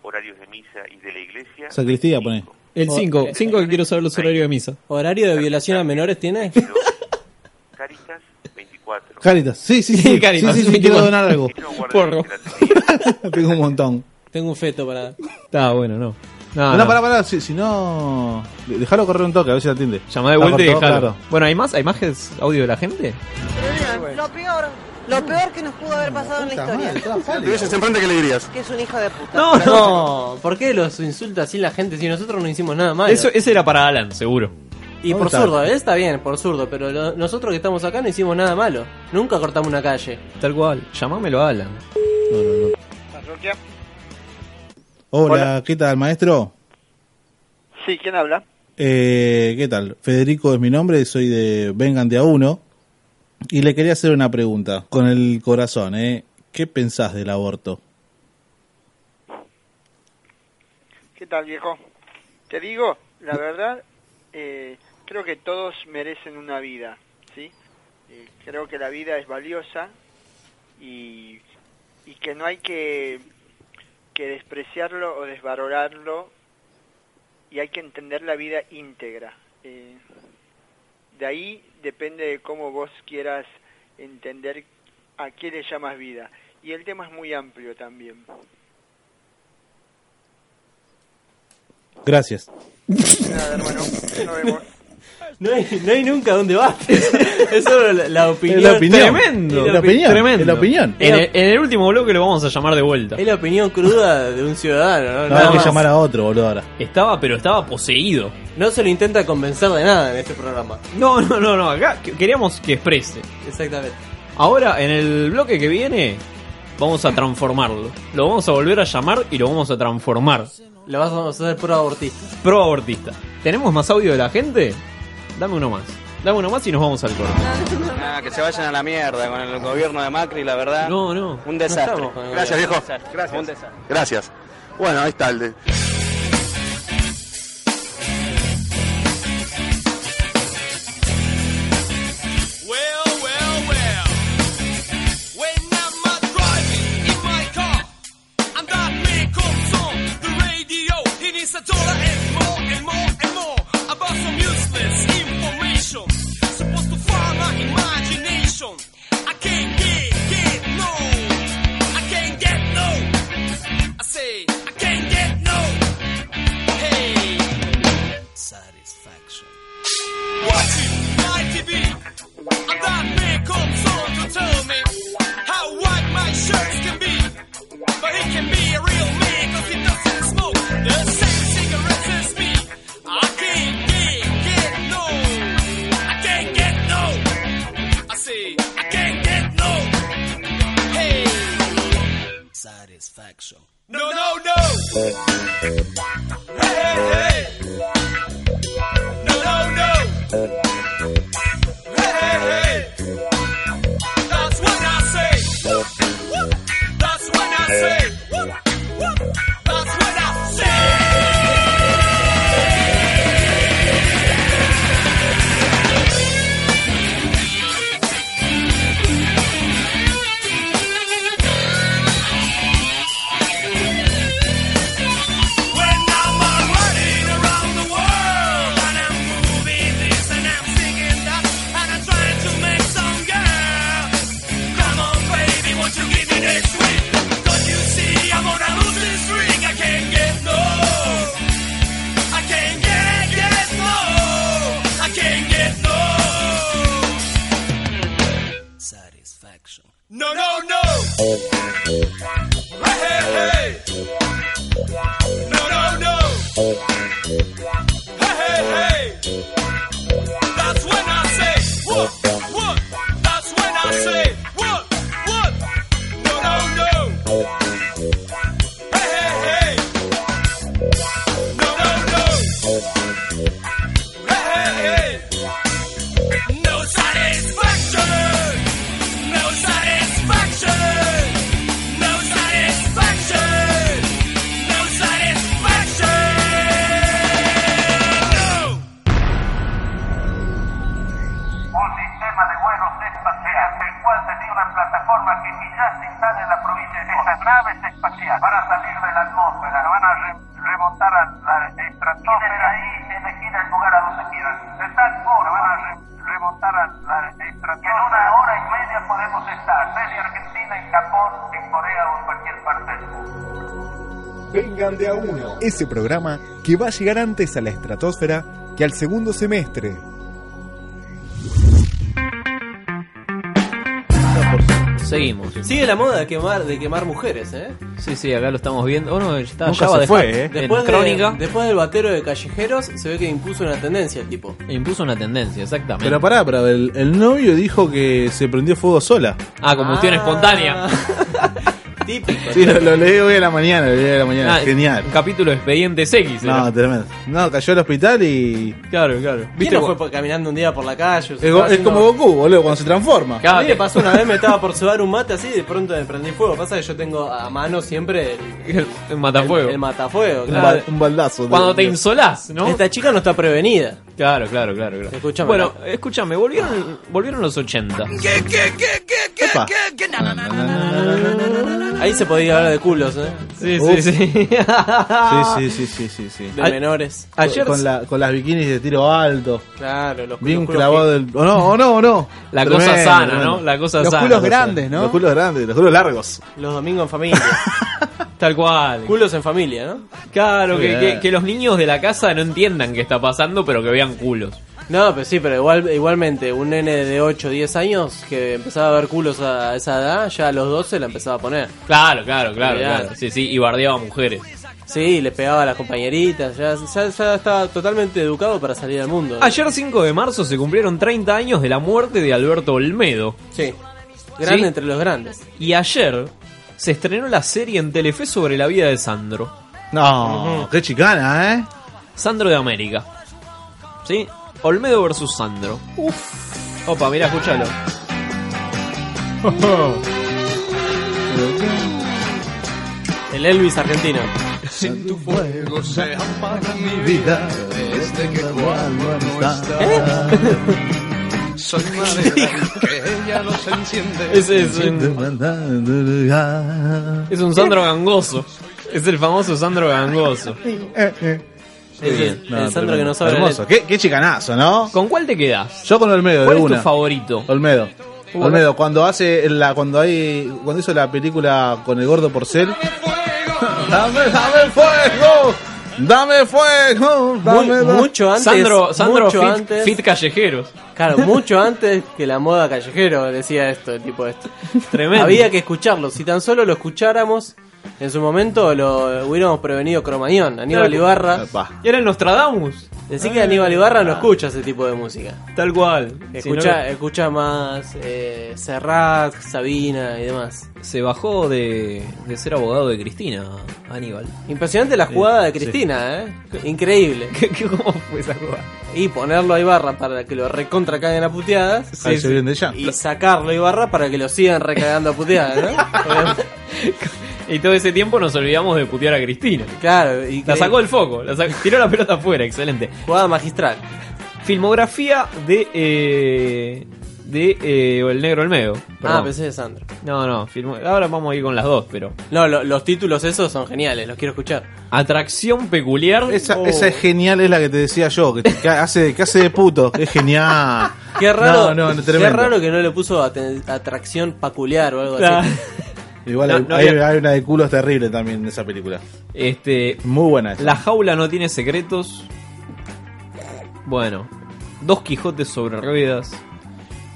[SPEAKER 13] Horarios de misa y de la iglesia.
[SPEAKER 9] Sacristía, pone.
[SPEAKER 8] El
[SPEAKER 9] Oh,
[SPEAKER 8] 5, 5 que quiero saber los horarios de misa.
[SPEAKER 10] ¿Horario de violación a menores tiene?
[SPEAKER 13] Caritas 24.
[SPEAKER 9] Caritas, sí, sí, sí.
[SPEAKER 10] Caritas,
[SPEAKER 9] sí, sí, sí, quiero donar algo.
[SPEAKER 10] Porro.
[SPEAKER 9] Tengo un montón.
[SPEAKER 10] Tengo un feto para.
[SPEAKER 8] Está bueno, no.
[SPEAKER 9] No,
[SPEAKER 8] No,
[SPEAKER 9] no,
[SPEAKER 8] no.
[SPEAKER 9] pará, pará, si, si no. de- Dejalo correr un toque, a ver si atiende.
[SPEAKER 8] Llamá de
[SPEAKER 9] Está
[SPEAKER 8] vuelta y
[SPEAKER 9] cortado,
[SPEAKER 8] dejalo.
[SPEAKER 9] claro.
[SPEAKER 8] Bueno, ¿hay más? ¿Hay más audio de la gente?
[SPEAKER 14] Lo peor, lo peor que nos pudo haber pasado en la historia.
[SPEAKER 10] ¿qué le dirías?
[SPEAKER 14] Que es un hijo de puta.
[SPEAKER 10] No, no. ¿Por qué los insulta así la gente si nosotros no hicimos nada malo?
[SPEAKER 8] Eso, ese era para Alan, seguro.
[SPEAKER 10] y por
[SPEAKER 8] está?
[SPEAKER 10] zurdo, él está bien, por zurdo, pero lo- nosotros que estamos acá no hicimos nada malo. Nunca cortamos una calle.
[SPEAKER 8] Tal cual. Llamámelo a Alan. No, no, no.
[SPEAKER 9] Hola, ¿qué tal, maestro?
[SPEAKER 15] Sí, ¿quién habla?
[SPEAKER 9] Eh, ¿Qué tal? Federico es mi nombre, soy de Vengan de a uno. Y le quería hacer una pregunta, con el corazón, ¿eh? ¿Qué pensás del aborto?
[SPEAKER 15] ¿Qué tal, viejo? Te digo, la verdad, eh, creo que todos merecen una vida, ¿sí? Eh, creo que la vida es valiosa y, y que no hay que, que despreciarlo o desvalorarlo y hay que entender la vida íntegra. Eh, de ahí depende de cómo vos quieras entender a qué le llamas vida. Y el tema es muy amplio también.
[SPEAKER 9] Gracias.
[SPEAKER 15] Nada, hermano, nos vemos.
[SPEAKER 10] No hay, no hay nunca dónde va. Es solo la, la opinión.
[SPEAKER 8] Tremendo.
[SPEAKER 10] Es la opinión.
[SPEAKER 8] Tremendo.
[SPEAKER 10] Es la opinión.
[SPEAKER 8] En el, en el último bloque lo vamos a llamar de vuelta.
[SPEAKER 10] Es la opinión cruda de un ciudadano. No,
[SPEAKER 9] No,
[SPEAKER 10] Nada
[SPEAKER 9] hay que
[SPEAKER 10] más.
[SPEAKER 9] llamar a otro, boludo, ahora.
[SPEAKER 8] Estaba, pero estaba poseído.
[SPEAKER 10] No se lo intenta convencer de nada en este programa.
[SPEAKER 8] No, no, no, no. Acá que- queríamos que exprese.
[SPEAKER 10] Exactamente.
[SPEAKER 8] Ahora, en el bloque que viene, vamos a transformarlo. Lo vamos a volver a llamar y lo vamos a transformar.
[SPEAKER 10] Lo vas a hacer pro abortista.
[SPEAKER 8] Pro abortista. ¿Tenemos más audio de la gente? Dame uno más. Dame uno más y nos vamos al corte.
[SPEAKER 16] Ah, que se vayan a la mierda con el gobierno de Macri, la verdad.
[SPEAKER 8] No, no.
[SPEAKER 16] Un desastre.
[SPEAKER 8] No estamos con el
[SPEAKER 16] Gracias,
[SPEAKER 8] gobierno.
[SPEAKER 16] viejo.
[SPEAKER 8] Gracias.
[SPEAKER 16] Un desastre.
[SPEAKER 17] Gracias. Bueno, ahí está el de...
[SPEAKER 18] Well, well, well. When I'm not driving in my car, and that man comes on the radio, he needs a dollar and more and more and more about some useless information. Supposed to fire my imagination. I can't get, get no. I can't get no. I say, I can't get no. Hey. Satisfaction. Watching my TV. And that man comes on to tell me how white my shirts can be. But he can be a real man cause he doesn't smoke the same cigarettes as me. I can't get, get no. I can't get no. I say, I can't get no. Hey. Satisfaction. No, no, no. Hey, hey, hey. No, no, no. Hey, hey, hey. That's what I say. Woo. That's what I say. Woo. Woo. That's what I say. When I'm uh, running around the world and I'm moving this and I'm singing that and I'm trying to make some girl Come on baby, won't you give me next week? Don't you see I'm gonna lose this ring? I can't get no I can't get, get no I can't get no Satisfaction No, no, no Hey, hey, hey No, no, no Hey, hey, hey That's when I say what, what That's when I say what, what No, no, no Hey, hey, hey No, no, no Hey, hey, hey No satisfaction No satisfaction
[SPEAKER 1] Vengan de a uno. Ese programa que va a llegar antes a la estratosfera que al segundo semestre.
[SPEAKER 8] Seguimos.
[SPEAKER 10] Sigue la moda de quemar, de quemar mujeres, ¿eh?
[SPEAKER 8] Sí, sí, acá lo estamos viendo. Oh, no, ya está,
[SPEAKER 10] Nunca
[SPEAKER 8] ya
[SPEAKER 10] se
[SPEAKER 8] va de
[SPEAKER 10] fue,
[SPEAKER 8] Hat.
[SPEAKER 10] ¿eh?
[SPEAKER 8] En
[SPEAKER 10] Después de-
[SPEAKER 8] Crónica
[SPEAKER 10] después del batero de callejeros, se ve que impuso una tendencia el tipo.
[SPEAKER 8] impuso una tendencia, exactamente.
[SPEAKER 9] Pero pará, pero el, el novio dijo que se prendió fuego sola.
[SPEAKER 8] Ah, combustión espontánea.
[SPEAKER 10] Típico.
[SPEAKER 9] Sí, lo, lo leí hoy a la mañana, lo leí hoy a la mañana.
[SPEAKER 8] Ah,
[SPEAKER 9] Genial.
[SPEAKER 8] Un capítulo de expedientes X. era.
[SPEAKER 9] No, tremendo. No, cayó al hospital y.
[SPEAKER 8] Claro, claro.
[SPEAKER 10] ¿Quién no fue por- caminando un día por la calle? o
[SPEAKER 9] Es,
[SPEAKER 10] se
[SPEAKER 9] go-
[SPEAKER 10] estaba
[SPEAKER 9] es
[SPEAKER 10] haciendo-
[SPEAKER 9] como Goku, boludo, cuando se transforma.
[SPEAKER 10] A mí me pasó una vez, me estaba por cebar un mate así y de pronto me prendí fuego. Pasa que yo tengo a mano siempre el,
[SPEAKER 8] el matafuego.
[SPEAKER 10] El, matafuego, Este-
[SPEAKER 9] Un,
[SPEAKER 10] claro.
[SPEAKER 9] bal- un baldazo.
[SPEAKER 8] Cuando te insolás, ¿no?
[SPEAKER 10] Esta chica no está prevenida.
[SPEAKER 8] Claro, claro, claro. claro.
[SPEAKER 10] Escuchame.
[SPEAKER 8] Bueno, escúchame, volvieron, volvieron los 80.
[SPEAKER 10] Ahí se podía hablar de culos, ¿eh?
[SPEAKER 8] Sí,
[SPEAKER 9] Uf.
[SPEAKER 8] sí, sí.
[SPEAKER 10] Ah.
[SPEAKER 9] Sí, sí, sí, sí, sí, sí.
[SPEAKER 10] De
[SPEAKER 9] Ay-
[SPEAKER 10] menores.
[SPEAKER 9] Ayer con, la- con las bikinis de tiro alto.
[SPEAKER 10] Claro, los
[SPEAKER 9] Bien
[SPEAKER 10] los culos
[SPEAKER 9] clavado
[SPEAKER 10] que-
[SPEAKER 9] el. O no, o no, o no.
[SPEAKER 10] La cosa sana, ¿no? La cosa Los sana. culos grandes, ¿no?
[SPEAKER 9] Los culos grandes, los culos largos.
[SPEAKER 10] Los domingos en familia.
[SPEAKER 8] Tal cual.
[SPEAKER 10] culos en familia, ¿no?
[SPEAKER 8] Claro, que,
[SPEAKER 10] Sí. eh.
[SPEAKER 8] que- que los niños de la casa no entiendan qué está pasando, pero que vean culos.
[SPEAKER 10] No, pero sí, pero igual, igualmente, un nene de 8 10 años que empezaba a ver culos a esa edad, ya a los 12 la empezaba a poner.
[SPEAKER 8] Claro, claro, claro.
[SPEAKER 10] Mirá.
[SPEAKER 8] claro. Sí, sí, y bardeaba mujeres.
[SPEAKER 10] Sí, le pegaba a las compañeritas, ya, ya, ya estaba totalmente educado para salir al mundo.
[SPEAKER 8] Ayer 5 de marzo se cumplieron 30 años de la muerte de Alberto Olmedo.
[SPEAKER 10] Sí. Grande
[SPEAKER 8] ¿Sí?
[SPEAKER 10] entre los grandes.
[SPEAKER 8] Y ayer se estrenó la serie en Telefe sobre la vida de Sandro.
[SPEAKER 9] No, qué chicana, ¿eh?
[SPEAKER 8] Sandro de América. ¿Sí? Olmedo versus Sandro. Uf. Opa, mira, escúchalo.
[SPEAKER 10] El Elvis argentino.
[SPEAKER 18] Sin tu fuego se apaga mi
[SPEAKER 9] vida
[SPEAKER 18] desde Este que Juan no está. Soy madera que ella los enciende.
[SPEAKER 8] Ese es un, es un Sandro gangoso. Es el famoso Sandro gangoso.
[SPEAKER 10] Es el- el Sandro que no sabe la
[SPEAKER 9] Hermoso. Qué, qué chicanazo, ¿no?
[SPEAKER 8] ¿Con cuál te quedas?
[SPEAKER 9] Yo con Olmedo,
[SPEAKER 8] ¿Cuál
[SPEAKER 9] de
[SPEAKER 8] es tu
[SPEAKER 9] una.
[SPEAKER 8] favorito?
[SPEAKER 9] Olmedo. Olmedo, cuando hace la, cuando hay, cuando hizo la película con el gordo porcel. Dame, dame fuego, dame fuego,
[SPEAKER 10] Muy-
[SPEAKER 9] dame, da-
[SPEAKER 10] mucho antes.
[SPEAKER 8] Sandro, Sandro
[SPEAKER 10] mucho
[SPEAKER 8] fit,
[SPEAKER 10] antes-
[SPEAKER 8] fit callejeros.
[SPEAKER 10] Claro, mucho antes que la moda callejero decía esto, el tipo esto.
[SPEAKER 8] Tremendo.
[SPEAKER 10] Había que escucharlo. Si tan solo lo escucháramos, en su momento lo hubiéramos prevenido Cromañón, Aníbal
[SPEAKER 8] Claro.
[SPEAKER 10] Ibarra.
[SPEAKER 9] Epa.
[SPEAKER 8] Y era el Nostradamus.
[SPEAKER 10] Decí que Aníbal Ibarra no escucha ese tipo de música.
[SPEAKER 8] Tal cual.
[SPEAKER 10] Escucha, escucha más eh, Serrat, Sabina y demás.
[SPEAKER 8] Se bajó de, de ser abogado de Cristina, Aníbal.
[SPEAKER 10] Impresionante la
[SPEAKER 8] Sí,
[SPEAKER 10] jugada de
[SPEAKER 8] sí.
[SPEAKER 10] Cristina, ¿eh? Increíble.
[SPEAKER 8] ¿Cómo fue esa jugada?
[SPEAKER 10] Y ponerlo a Ibarra para que lo recontra caguen a puteadas.
[SPEAKER 9] Ahí se vienen de ella.
[SPEAKER 10] Y sacarlo a Ibarra para que lo sigan recagando a puteadas, ¿no?
[SPEAKER 8] Y todo ese tiempo nos olvidamos de putear a Cristina.
[SPEAKER 10] claro, y
[SPEAKER 8] La sacó del foco, la sacó- tiró la pelota afuera, excelente.
[SPEAKER 10] jugada magistral. Ah,
[SPEAKER 8] Filmografía de. eh, de. eh, El Negro Olmedo.
[SPEAKER 10] Ah,
[SPEAKER 8] perdón.
[SPEAKER 10] pensé de Sandro.
[SPEAKER 8] No, no, filmo- ahora vamos a ir con las dos, pero.
[SPEAKER 10] No, lo- los títulos esos son geniales, los quiero escuchar.
[SPEAKER 8] Atracción peculiar.
[SPEAKER 9] Esa,
[SPEAKER 10] Oh.
[SPEAKER 9] esa es genial, es la que te decía yo, que, que hace, que hace de puto, que es genial.
[SPEAKER 10] Qué raro,
[SPEAKER 9] No, no, no,
[SPEAKER 10] qué
[SPEAKER 9] tremendo.
[SPEAKER 10] raro que no le puso aten- atracción peculiar o algo
[SPEAKER 8] Claro.
[SPEAKER 10] así.
[SPEAKER 9] Igual
[SPEAKER 8] No,
[SPEAKER 9] hay,
[SPEAKER 8] no
[SPEAKER 9] hay-
[SPEAKER 8] había-
[SPEAKER 9] hay una de culos terrible también en esa película.
[SPEAKER 8] Este.
[SPEAKER 9] Muy buena esa.
[SPEAKER 8] La jaula no tiene secretos. Bueno. Dos Quijotes sobre ruedas.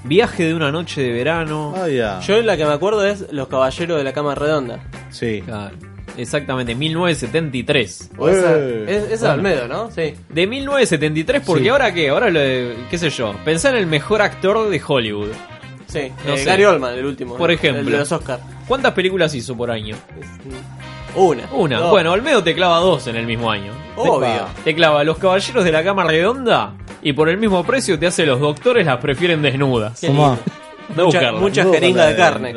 [SPEAKER 8] Viaje de una noche de verano.
[SPEAKER 9] Ah, ya.
[SPEAKER 10] Yo la que me acuerdo es Los Caballeros de la Cama Redonda.
[SPEAKER 9] Sí.
[SPEAKER 8] Claro, Ah, Exactamente, 1973.
[SPEAKER 10] O esa,
[SPEAKER 9] Eh,
[SPEAKER 10] es, esa de Almedo, ¿no? Sí.
[SPEAKER 8] De 1973, porque
[SPEAKER 9] Sí.
[SPEAKER 8] ahora qué, ahora lo de- qué sé yo, pensá en el mejor actor de Hollywood.
[SPEAKER 10] Sí.
[SPEAKER 8] No
[SPEAKER 10] Eh,
[SPEAKER 8] sé.
[SPEAKER 10] Gary Oldman, el último.
[SPEAKER 8] Por
[SPEAKER 10] el-
[SPEAKER 8] ejemplo.
[SPEAKER 10] El de los Oscar. Este,
[SPEAKER 8] ¿Cuántas películas hizo por año?
[SPEAKER 10] Una.
[SPEAKER 8] Una.
[SPEAKER 10] dos.
[SPEAKER 8] Bueno, Olmedo te clava dos en el mismo año.
[SPEAKER 10] Obvio.
[SPEAKER 8] Te clava Los Caballeros de la Cama Redonda y por el mismo precio te hace Los Doctores las prefieren desnudas.
[SPEAKER 10] Qué
[SPEAKER 9] Tomá.
[SPEAKER 10] lindo. Mucha,
[SPEAKER 8] Búscala.
[SPEAKER 10] mucha
[SPEAKER 9] Búscala
[SPEAKER 10] jeringa de
[SPEAKER 9] de-
[SPEAKER 10] carne.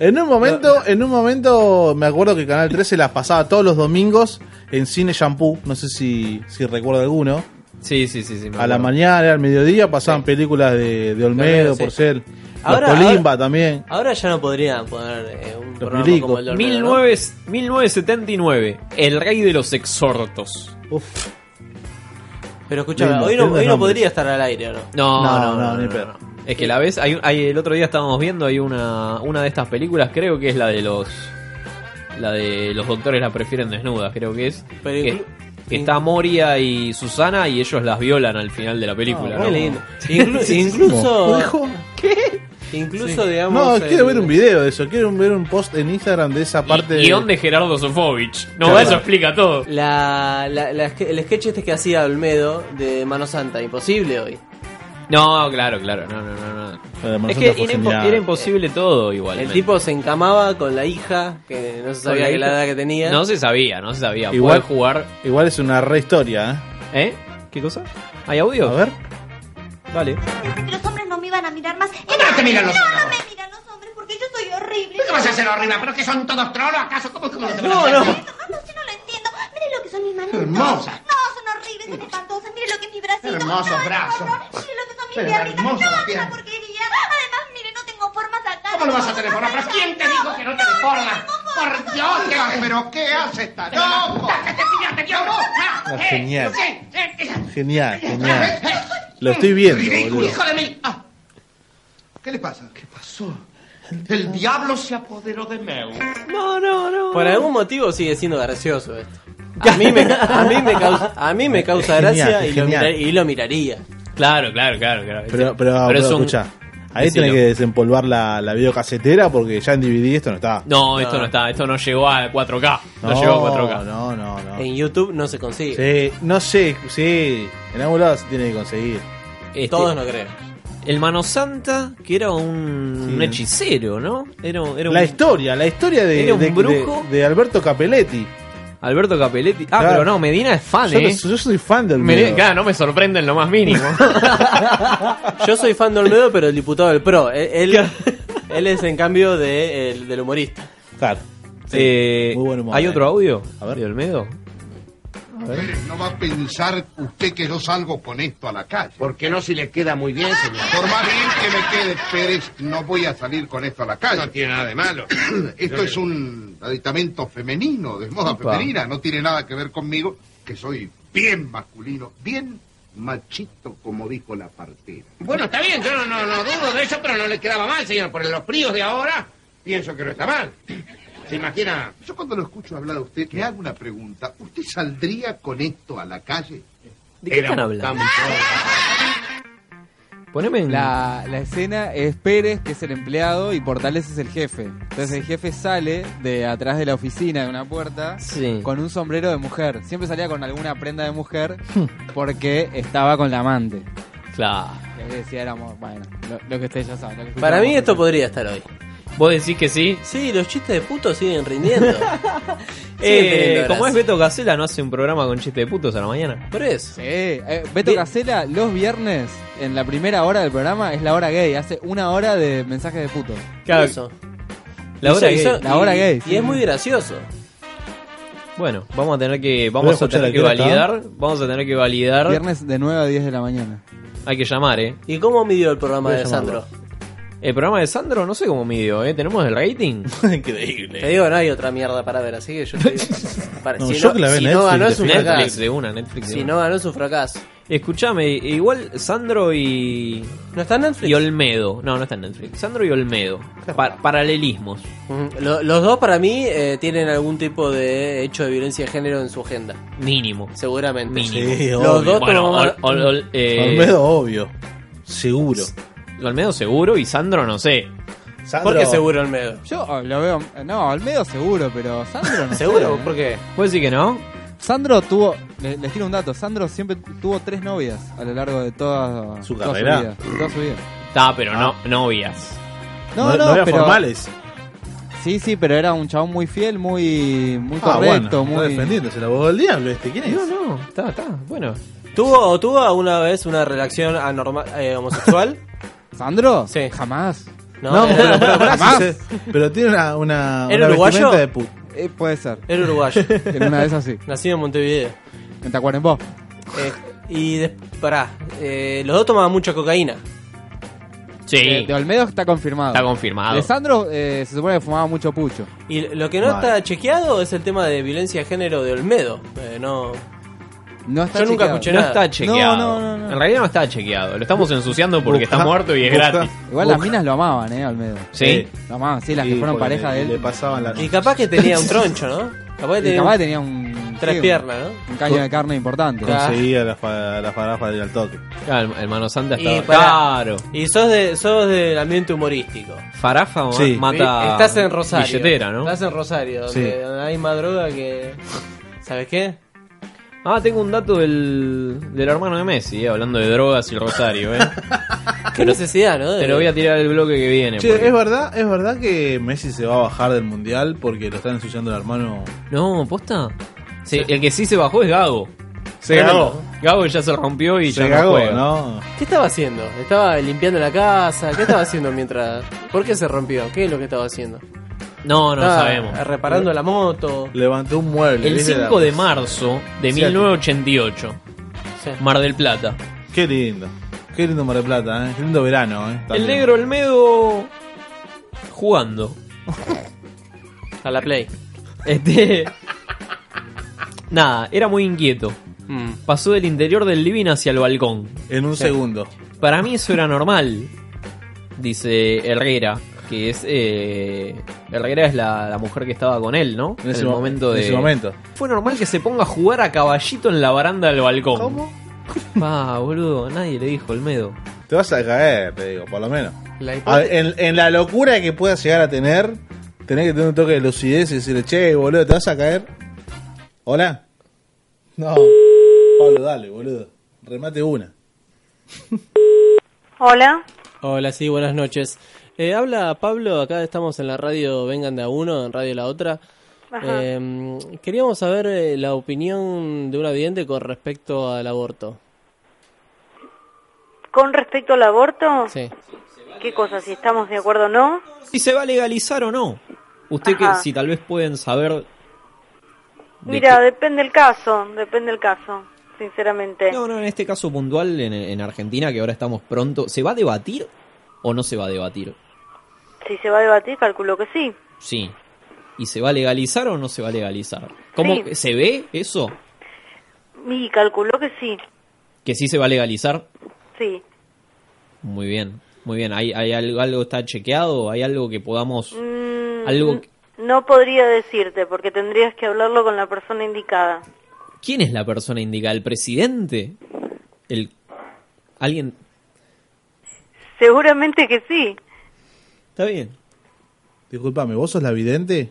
[SPEAKER 9] En un momento, en un momento me acuerdo que Canal 13 las pasaba todos los domingos en Cine Shampoo, no sé si, si recuerdo alguno.
[SPEAKER 8] Sí, sí, sí, sí. me
[SPEAKER 9] A la
[SPEAKER 8] acuerdo.
[SPEAKER 9] mañana, al mediodía pasaban películas de, de Olmedo,
[SPEAKER 10] Olmedo, sí.
[SPEAKER 9] por ser
[SPEAKER 10] Ahora-
[SPEAKER 9] Los Colimba también.
[SPEAKER 10] Ahora ya no podrían poner eh, un programa
[SPEAKER 9] milicos.
[SPEAKER 10] como el de Olmedo, ¿no?
[SPEAKER 8] 19 1979, El Rey de los Exhortos.
[SPEAKER 9] Uf,
[SPEAKER 10] Pero escúchame,
[SPEAKER 9] Lindo,
[SPEAKER 10] hoy no,
[SPEAKER 9] lindos
[SPEAKER 10] hoy no
[SPEAKER 9] nombres.
[SPEAKER 10] podría estar al aire, ¿o ¿no?
[SPEAKER 8] No,
[SPEAKER 9] No,
[SPEAKER 8] no, no,
[SPEAKER 9] no,
[SPEAKER 8] no,
[SPEAKER 9] ni
[SPEAKER 8] no,
[SPEAKER 9] pedo.
[SPEAKER 8] no. Es que la ves, hay, un- hay- el otro día estábamos viendo, hay una, una de estas películas, creo que es la de los La de los doctores la prefieren desnuda, creo que es.
[SPEAKER 10] Pero
[SPEAKER 8] que,
[SPEAKER 10] inclu-
[SPEAKER 8] que está Moria y Susana y ellos las violan al final de la película.
[SPEAKER 10] Ah, muy
[SPEAKER 8] ¿no?
[SPEAKER 10] lindo. Inclu- incluso. ¿Qué? Incluso, digamos. eh,
[SPEAKER 9] No, quiero
[SPEAKER 10] el-
[SPEAKER 9] ver un video de eso. Quiero ver un post en Instagram de esa parte. de-
[SPEAKER 8] Guión de Gerardo Sofovich. No,
[SPEAKER 9] Claro.
[SPEAKER 8] eso explica todo.
[SPEAKER 10] La, la- la ske- el sketch este que hacía Olmedo de Mano Santa, imposible hoy.
[SPEAKER 8] No, claro, claro. No, no, no. no. Es que era, impo- era imposible todo igual.
[SPEAKER 10] El tipo se encamaba con la hija, que no se sabía que la edad que tenía.
[SPEAKER 8] No se sabía, no se sabía.
[SPEAKER 9] Igual-
[SPEAKER 8] Igual jugar.
[SPEAKER 9] Igual es una re historia,
[SPEAKER 8] ¿Eh? ¿Qué cosa? ¿Hay audio?
[SPEAKER 9] A ver.
[SPEAKER 8] Vale.
[SPEAKER 19] Los hombres no me iban a mirar más.
[SPEAKER 18] ¿Cómo no te miran los
[SPEAKER 19] No,
[SPEAKER 18] hombres?
[SPEAKER 19] no me miran los hombres porque yo soy horrible.
[SPEAKER 18] ¿Qué vas a hacer arriba? ¿Pero que son todos trolos acaso? ¿Cómo, cómo te van a
[SPEAKER 19] No,
[SPEAKER 18] hacer?
[SPEAKER 19] no. Usted no lo entiendo. Mire lo que son mis manos.
[SPEAKER 18] Hermosa.
[SPEAKER 19] No, son horribles, son espantosas. Mire lo que es mi bracito.
[SPEAKER 18] Hermosos
[SPEAKER 19] No, no,
[SPEAKER 18] brazos.
[SPEAKER 19] No, no. Mire lo que son mis
[SPEAKER 18] Pero
[SPEAKER 19] piernitas.
[SPEAKER 18] hermosas
[SPEAKER 19] no,
[SPEAKER 18] las
[SPEAKER 19] es una
[SPEAKER 18] piernas.
[SPEAKER 19] porquería. Además, mire, no tengo formas acá.
[SPEAKER 18] ¿Cómo lo vas a telefonar? ¿Pero quién te dijo que no te deformas? Por Dios, te- pero ¿qué haces, está loco? ¡Déjate pillarte, yo no!
[SPEAKER 9] No,
[SPEAKER 18] Eh,
[SPEAKER 9] genial.
[SPEAKER 18] eh, eh, eh.
[SPEAKER 9] Genial, genial.
[SPEAKER 18] Eh, eh.
[SPEAKER 9] Lo estoy viendo,
[SPEAKER 18] Ridículo,
[SPEAKER 9] boludo.
[SPEAKER 18] hijo de mí. Ah. ¿Qué le pasa? ¿Qué pasó? El diablo se apoderó de Meu.
[SPEAKER 10] No, no, no. Por algún motivo sigue siendo gracioso esto. A mí me, a mí me causa, a mí me causa
[SPEAKER 9] Es genial,
[SPEAKER 10] gracia
[SPEAKER 9] es
[SPEAKER 10] y, lo
[SPEAKER 9] genial.
[SPEAKER 10] mira- y lo miraría.
[SPEAKER 8] Claro, claro, claro. claro.
[SPEAKER 9] Pero, pero,
[SPEAKER 8] Pero
[SPEAKER 9] pero
[SPEAKER 8] es un-
[SPEAKER 9] escucha. Ahí
[SPEAKER 8] Decilo.
[SPEAKER 9] tenés que desempolvar la, la videocasetera porque ya en DVD esto no está.
[SPEAKER 8] No, esto no está, esto no llegó a 4K. No,
[SPEAKER 9] No,
[SPEAKER 8] llegó a 4K.
[SPEAKER 9] No, no, no.
[SPEAKER 10] En YouTube no se consigue.
[SPEAKER 9] Ah. Sí, no sé, sí. En algún lado se tiene que conseguir.
[SPEAKER 8] Este-
[SPEAKER 10] Todos no creen.
[SPEAKER 8] El Mano Santa, que era un,
[SPEAKER 9] Sí.
[SPEAKER 8] un hechicero, ¿no? Era, era un-
[SPEAKER 9] La historia, la historia de,
[SPEAKER 8] Era un
[SPEAKER 9] de-
[SPEAKER 8] brujo.
[SPEAKER 9] de- de Alberto Capelletti.
[SPEAKER 8] Alberto Capelletti. Ah,
[SPEAKER 9] Claro.
[SPEAKER 8] pero no, Medina es fan,
[SPEAKER 9] Yo,
[SPEAKER 8] ¿eh?
[SPEAKER 9] lo- yo soy fan del
[SPEAKER 8] Medina-
[SPEAKER 9] Olmedo.
[SPEAKER 8] claro, no me sorprende en lo más mínimo.
[SPEAKER 10] Yo soy fan de Olmedo, pero el diputado del PRO. Él, él, él es en cambio de, el- del humorista.
[SPEAKER 9] Claro.
[SPEAKER 8] Eh,
[SPEAKER 10] muy buen humor,
[SPEAKER 8] ¿Hay
[SPEAKER 10] eh.
[SPEAKER 8] otro audio de Olmedo?
[SPEAKER 20] No va a pensar usted que yo salgo con esto a la calle. ¿Por qué no si le queda muy bien, señor? Por más bien que me quede, Pérez, no voy a salir con esto a la calle. No tiene nada de malo. esto es un aditamento femenino, de moda
[SPEAKER 21] Upa.
[SPEAKER 20] femenina. No tiene nada que ver conmigo, que soy bien masculino, bien machito, como dijo la partera.
[SPEAKER 21] Bueno, está bien, yo no, no, no dudo de eso, pero no le quedaba mal, señor. Por los fríos de ahora, pienso que no está mal. ¿Se imagina?
[SPEAKER 20] Yo cuando lo escucho hablar a usted, le hago una pregunta. ¿Usted saldría con esto a la calle?
[SPEAKER 8] ¿De qué están hablando? Poneme en-
[SPEAKER 22] La, la escena es Pérez, que es el empleado, y Portales es el jefe. Entonces el jefe sale de atrás de la oficina, de una puerta,
[SPEAKER 8] Sí.
[SPEAKER 22] con un sombrero de mujer. Siempre salía con alguna prenda de mujer porque estaba con la amante.
[SPEAKER 8] Hmm. Claro.
[SPEAKER 22] Les decía, éramos, bueno, lo, lo que ustedes ya saben. lo que
[SPEAKER 10] Para mí
[SPEAKER 22] escuchamos.
[SPEAKER 10] esto podría estar hoy.
[SPEAKER 8] ¿Vos decís que sí?
[SPEAKER 10] Sí, los chistes de puto siguen rindiendo. Siguen
[SPEAKER 8] Eh,
[SPEAKER 10] teniendo
[SPEAKER 8] como es
[SPEAKER 10] gracia.
[SPEAKER 8] Beto Casela, no hace un programa con chiste de putos a la mañana.
[SPEAKER 10] Por eso.
[SPEAKER 22] Sí, eh, Beto Casela, los viernes, en la primera hora del programa, es la hora gay. Hace una hora de mensajes de puto.
[SPEAKER 8] Claro.
[SPEAKER 22] Eso.
[SPEAKER 8] La hora
[SPEAKER 22] Y
[SPEAKER 8] gay.
[SPEAKER 22] so- La hora
[SPEAKER 10] y-
[SPEAKER 22] gay,
[SPEAKER 10] Y
[SPEAKER 22] sí.
[SPEAKER 10] es muy gracioso.
[SPEAKER 8] Bueno, vamos a tener
[SPEAKER 22] Voy
[SPEAKER 8] que
[SPEAKER 22] a
[SPEAKER 8] vamos a
[SPEAKER 22] escuchar
[SPEAKER 8] tener
[SPEAKER 22] a
[SPEAKER 8] que
[SPEAKER 22] qué hora está.
[SPEAKER 8] validar, vamos a tener que validar.
[SPEAKER 22] Viernes de 9 a 10 de la mañana.
[SPEAKER 8] Hay que llamar, ¿eh?
[SPEAKER 10] ¿Y cómo midió el programa
[SPEAKER 8] Voy a
[SPEAKER 10] de
[SPEAKER 8] llamarlo.
[SPEAKER 10] Sandro?
[SPEAKER 8] El programa de Sandro no sé cómo midió, ¿eh? ¿Tenemos el rating?
[SPEAKER 10] Increíble. Te digo, no hay otra mierda para ver, así que yo te digo. para-
[SPEAKER 8] No,
[SPEAKER 10] si
[SPEAKER 8] yo
[SPEAKER 10] no,
[SPEAKER 8] que la veo
[SPEAKER 10] si
[SPEAKER 8] en
[SPEAKER 10] no
[SPEAKER 8] Netflix,
[SPEAKER 10] ganó es un
[SPEAKER 8] Netflix
[SPEAKER 10] fracaso.
[SPEAKER 8] de una, Netflix de
[SPEAKER 10] si
[SPEAKER 8] una.
[SPEAKER 10] no ganó es un fracaso.
[SPEAKER 8] Escuchame, igual Sandro y.
[SPEAKER 10] ¿No está en Netflix?
[SPEAKER 8] Y Olmedo. No, no está en Netflix. Sandro y Olmedo. Pa- paralelismos.
[SPEAKER 10] Ujú. Lo- los dos para mí eh, tienen algún tipo de hecho de violencia de género en su agenda.
[SPEAKER 8] Mínimo.
[SPEAKER 10] Seguramente.
[SPEAKER 8] Mínimo.
[SPEAKER 10] los dos
[SPEAKER 8] bueno,
[SPEAKER 10] toman-
[SPEAKER 8] Ol- Ol- Ol- eh,
[SPEAKER 9] Olmedo, obvio. Seguro.
[SPEAKER 8] Olmedo seguro y Sandro no sé.
[SPEAKER 9] ¿Por qué seguro
[SPEAKER 10] Olmedo?
[SPEAKER 22] Yo oh, lo veo. No, Olmedo seguro, pero Sandro no
[SPEAKER 10] ¿Seguro?
[SPEAKER 22] sé. ¿eh?
[SPEAKER 10] ¿Por qué?
[SPEAKER 8] ¿Puedes decir que no?
[SPEAKER 22] Sandro tuvo. le- les tiro un dato. Sandro siempre tuvo tres novias a lo largo de toda su
[SPEAKER 8] carrera.
[SPEAKER 22] Toda su vida. toda su vida.
[SPEAKER 8] Está, pero
[SPEAKER 22] Ah.
[SPEAKER 8] no, novias.
[SPEAKER 22] No, no, pero- Sí, sí, pero era un chabón muy fiel, muy, muy
[SPEAKER 9] Ah,
[SPEAKER 22] correcto.
[SPEAKER 9] bueno, está
[SPEAKER 22] muy...
[SPEAKER 9] defendiéndose el abogado del diablo este. ¿Quién es?
[SPEAKER 22] No,
[SPEAKER 8] no, está, está. Bueno.
[SPEAKER 10] ¿Tuvo, ¿Tuvo alguna vez una relación anormal, eh, homosexual?
[SPEAKER 22] ¿Sandro? Sí. Jamás.
[SPEAKER 10] No,
[SPEAKER 9] No,
[SPEAKER 10] era-
[SPEAKER 9] pero, pero, pero,
[SPEAKER 10] jamás.
[SPEAKER 9] sí, sí. Pero tiene una, una,
[SPEAKER 10] ¿Era
[SPEAKER 9] una
[SPEAKER 10] uruguayo?
[SPEAKER 9] vestimenta de pu-
[SPEAKER 22] Eh, puede ser.
[SPEAKER 10] Era uruguayo.
[SPEAKER 22] En una de esas sí.
[SPEAKER 10] Nacido en Montevideo.
[SPEAKER 22] En Tacuarembó.
[SPEAKER 10] Eh, y des- pará, eh, los dos tomaban mucha cocaína.
[SPEAKER 8] Sí.
[SPEAKER 22] De, de Olmedo está confirmado.
[SPEAKER 8] Está confirmado.
[SPEAKER 22] De Sandro eh, se supone que fumaba mucho pucho.
[SPEAKER 10] Y lo que no
[SPEAKER 22] Vale.
[SPEAKER 10] está chequeado es el tema de violencia de género de Olmedo. Eh, no,
[SPEAKER 22] No está
[SPEAKER 8] Yo nunca
[SPEAKER 22] chequeado.
[SPEAKER 8] escuché nada. No está chequeado.
[SPEAKER 22] No, no, no, no.
[SPEAKER 8] En realidad no está chequeado. Lo estamos ensuciando porque está
[SPEAKER 22] Busca,
[SPEAKER 8] muerto y es
[SPEAKER 22] busca.
[SPEAKER 8] gratis.
[SPEAKER 22] Igual las minas lo amaban, ¿eh? Olmedo.
[SPEAKER 8] Sí.
[SPEAKER 22] Lo amaban, sí, las que fueron pareja de él.
[SPEAKER 10] Y capaz que tenía un troncho, ¿no? Capaz que
[SPEAKER 22] Y
[SPEAKER 10] tenía,
[SPEAKER 22] capaz
[SPEAKER 10] un-
[SPEAKER 22] tenía un.
[SPEAKER 10] Tres
[SPEAKER 22] sí, un-
[SPEAKER 10] piernas, ¿no?
[SPEAKER 22] Un caño de carne importante.
[SPEAKER 9] Conseguía las pa- las paradas de ir al toque.
[SPEAKER 8] Claro, el, el Mano Santa
[SPEAKER 10] Y
[SPEAKER 8] estaba. Ah,
[SPEAKER 10] pará.
[SPEAKER 8] Claro.
[SPEAKER 10] Y sos, de, sos del ambiente humorístico.
[SPEAKER 8] Farafa
[SPEAKER 10] Sí.
[SPEAKER 8] mata.
[SPEAKER 10] Estás en Rosario.
[SPEAKER 8] Billetera, ¿no?
[SPEAKER 10] Estás en Rosario,
[SPEAKER 8] Sí.
[SPEAKER 10] donde hay más droga que. ¿Sabes qué?
[SPEAKER 8] Ah, tengo un dato del, del hermano de Messi, eh, hablando de drogas y Rosario, ¿eh?
[SPEAKER 10] Qué necesidad, ¿no?
[SPEAKER 8] Te lo voy a tirar el bloque que viene.
[SPEAKER 9] Che,
[SPEAKER 8] porque-
[SPEAKER 9] ¿es verdad, ¿es verdad que Messi se va a bajar del mundial porque lo están ensuciando el hermano?
[SPEAKER 8] No, posta. Sí, El que sí se bajó es Gago.
[SPEAKER 9] Se cagó.
[SPEAKER 8] Gago ya se rompió y
[SPEAKER 9] Se
[SPEAKER 8] ya
[SPEAKER 9] cagó,
[SPEAKER 8] no juega.
[SPEAKER 9] ¿no?
[SPEAKER 10] ¿Qué estaba haciendo? ¿Estaba limpiando la casa? ¿Qué estaba haciendo mientras.? ¿Por qué se rompió? ¿Qué es lo que estaba haciendo?
[SPEAKER 8] No, no
[SPEAKER 10] Estaba
[SPEAKER 8] sabemos.
[SPEAKER 10] Reparando la moto.
[SPEAKER 9] Levantó un mueble.
[SPEAKER 8] El
[SPEAKER 9] ¿viste?
[SPEAKER 8] 5
[SPEAKER 9] La-
[SPEAKER 8] de marzo de
[SPEAKER 9] Sí,
[SPEAKER 8] 1988.
[SPEAKER 10] Sí.
[SPEAKER 8] Mar del Plata.
[SPEAKER 9] Qué lindo. Qué lindo Mar del Plata, ¿eh? Qué lindo verano, ¿eh?
[SPEAKER 8] El negro Olmedo jugando.
[SPEAKER 10] A la Play.
[SPEAKER 8] Este. Nada, era muy inquieto.
[SPEAKER 10] Mm.
[SPEAKER 8] Pasó del interior del living hacia el balcón.
[SPEAKER 9] En un segundo.
[SPEAKER 8] Para mí eso era normal, dice Herrera, que es... eh, Herrera es la, la mujer que estaba con él, ¿no?
[SPEAKER 9] En ese
[SPEAKER 8] el
[SPEAKER 9] mo-
[SPEAKER 8] momento
[SPEAKER 9] en
[SPEAKER 8] de...
[SPEAKER 9] ese momento.
[SPEAKER 8] Fue normal que se ponga a jugar a caballito en la baranda del balcón. ¿Cómo? Pa, boludo, nadie le dijo Olmedo.
[SPEAKER 9] Te vas a caer, te digo, por lo menos.
[SPEAKER 10] La
[SPEAKER 9] A ver, en, en la locura que puedas llegar a tener, tenés que tener un toque de lucidez y decirle, che, boludo, ¿te vas a caer? ¿Hola? No. Pablo, dale, boludo. Remate una.
[SPEAKER 4] Hola.
[SPEAKER 10] Hola, sí, buenas noches. Eh, habla Pablo, acá estamos en la radio Vengan de a uno, en Radio La Otra.
[SPEAKER 4] Ajá.
[SPEAKER 10] Eh, queríamos saber eh, la opinión de un vidente con respecto al aborto.
[SPEAKER 4] Con respecto al aborto,
[SPEAKER 10] Sí.
[SPEAKER 4] ¿qué cosa? Si estamos de acuerdo o no.
[SPEAKER 8] Si se va a legalizar o no. Usted que
[SPEAKER 4] Ajá.
[SPEAKER 8] si tal vez pueden saber... de
[SPEAKER 4] Mira, depende el caso, depende el caso, sinceramente.
[SPEAKER 8] No, no, en este caso puntual en, en Argentina, que ahora estamos pronto, ¿se va a debatir o no se va a debatir?
[SPEAKER 4] Si se va a debatir, calculo que sí.
[SPEAKER 8] Sí. ¿Y se va a legalizar o no se va a legalizar? ¿Cómo
[SPEAKER 4] Sí.
[SPEAKER 8] que- se ve eso?
[SPEAKER 4] Y calculo que sí,
[SPEAKER 8] ¿Que sí se va a legalizar?
[SPEAKER 4] sí.
[SPEAKER 8] Muy bien, muy bien. ¿Hay, hay algo, algo está chequeado? ¿Hay algo que podamos...
[SPEAKER 4] Mm,
[SPEAKER 8] algo que-
[SPEAKER 4] No podría decirte porque tendrías que hablarlo con la persona indicada.
[SPEAKER 8] ¿Quién es la persona indicada? ¿El presidente? ¿El... ¿Alguien?
[SPEAKER 4] Seguramente que sí.
[SPEAKER 8] Está bien.
[SPEAKER 9] Disculpame, ¿vos sos la vidente?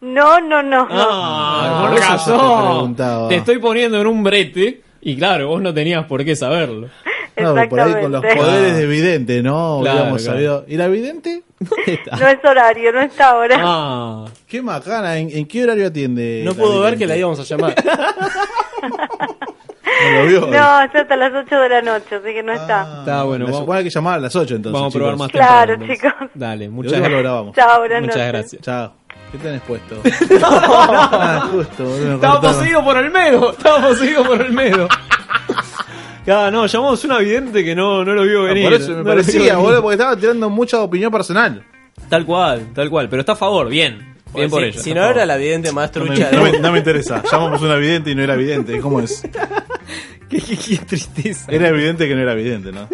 [SPEAKER 4] No, no, no. no.
[SPEAKER 8] Ah,
[SPEAKER 9] por
[SPEAKER 8] por
[SPEAKER 9] eso te
[SPEAKER 8] razón.
[SPEAKER 9] preguntaba.
[SPEAKER 8] Te estoy poniendo en un brete y claro, vos no tenías por qué saberlo.
[SPEAKER 9] No, pero por ahí con los
[SPEAKER 4] Exactamente.
[SPEAKER 9] poderes de vidente, ¿no?
[SPEAKER 8] Claro,
[SPEAKER 9] Hubiéramos
[SPEAKER 8] claro.
[SPEAKER 9] sabido. ¿Y la vidente?
[SPEAKER 4] No es horario, no está ahora.
[SPEAKER 8] Ah,
[SPEAKER 9] Qué macana, ¿en, en qué horario atiende?
[SPEAKER 10] No
[SPEAKER 9] la
[SPEAKER 10] pudo ver
[SPEAKER 9] vidente?
[SPEAKER 10] que la íbamos a llamar.
[SPEAKER 9] No lo vio. Ah,
[SPEAKER 4] No, está hasta las 8 de la noche, así que no está.
[SPEAKER 9] Está bueno. Me
[SPEAKER 8] vamos-
[SPEAKER 9] supone que llamaba a las 8 entonces.
[SPEAKER 8] Vamos a probar más
[SPEAKER 4] Claro, chicos.
[SPEAKER 8] Dale,
[SPEAKER 9] Muchas gracias. Lo grabamos.
[SPEAKER 4] Chao, buenas
[SPEAKER 9] Muchas
[SPEAKER 4] noches.
[SPEAKER 9] gracias. Chao. ¿Qué tenés puesto?
[SPEAKER 4] Ah,
[SPEAKER 9] justo,
[SPEAKER 8] Estaba
[SPEAKER 9] Ah,
[SPEAKER 8] poseído por Olmedo. Estaba poseído por Olmedo. Claro, no, llamamos a un vidente que no, no lo vio venir.
[SPEAKER 9] Ah, Por
[SPEAKER 8] No
[SPEAKER 9] eso me
[SPEAKER 8] lo vio
[SPEAKER 9] parecía,
[SPEAKER 8] venir.
[SPEAKER 9] boludo, porque estaba tirando mucha opinión personal.
[SPEAKER 8] Tal cual, tal cual. Pero está a favor, bien. Bien
[SPEAKER 10] Pues
[SPEAKER 8] por
[SPEAKER 10] si-
[SPEAKER 8] ello.
[SPEAKER 10] si no era la vidente más
[SPEAKER 9] No me,
[SPEAKER 10] trucha
[SPEAKER 9] no
[SPEAKER 10] de-
[SPEAKER 9] me- no me interesa. Llamamos a una vidente y no era vidente. ¿Cómo es?
[SPEAKER 8] qué, qué- qué tristeza.
[SPEAKER 9] Era evidente que no era vidente, ¿no?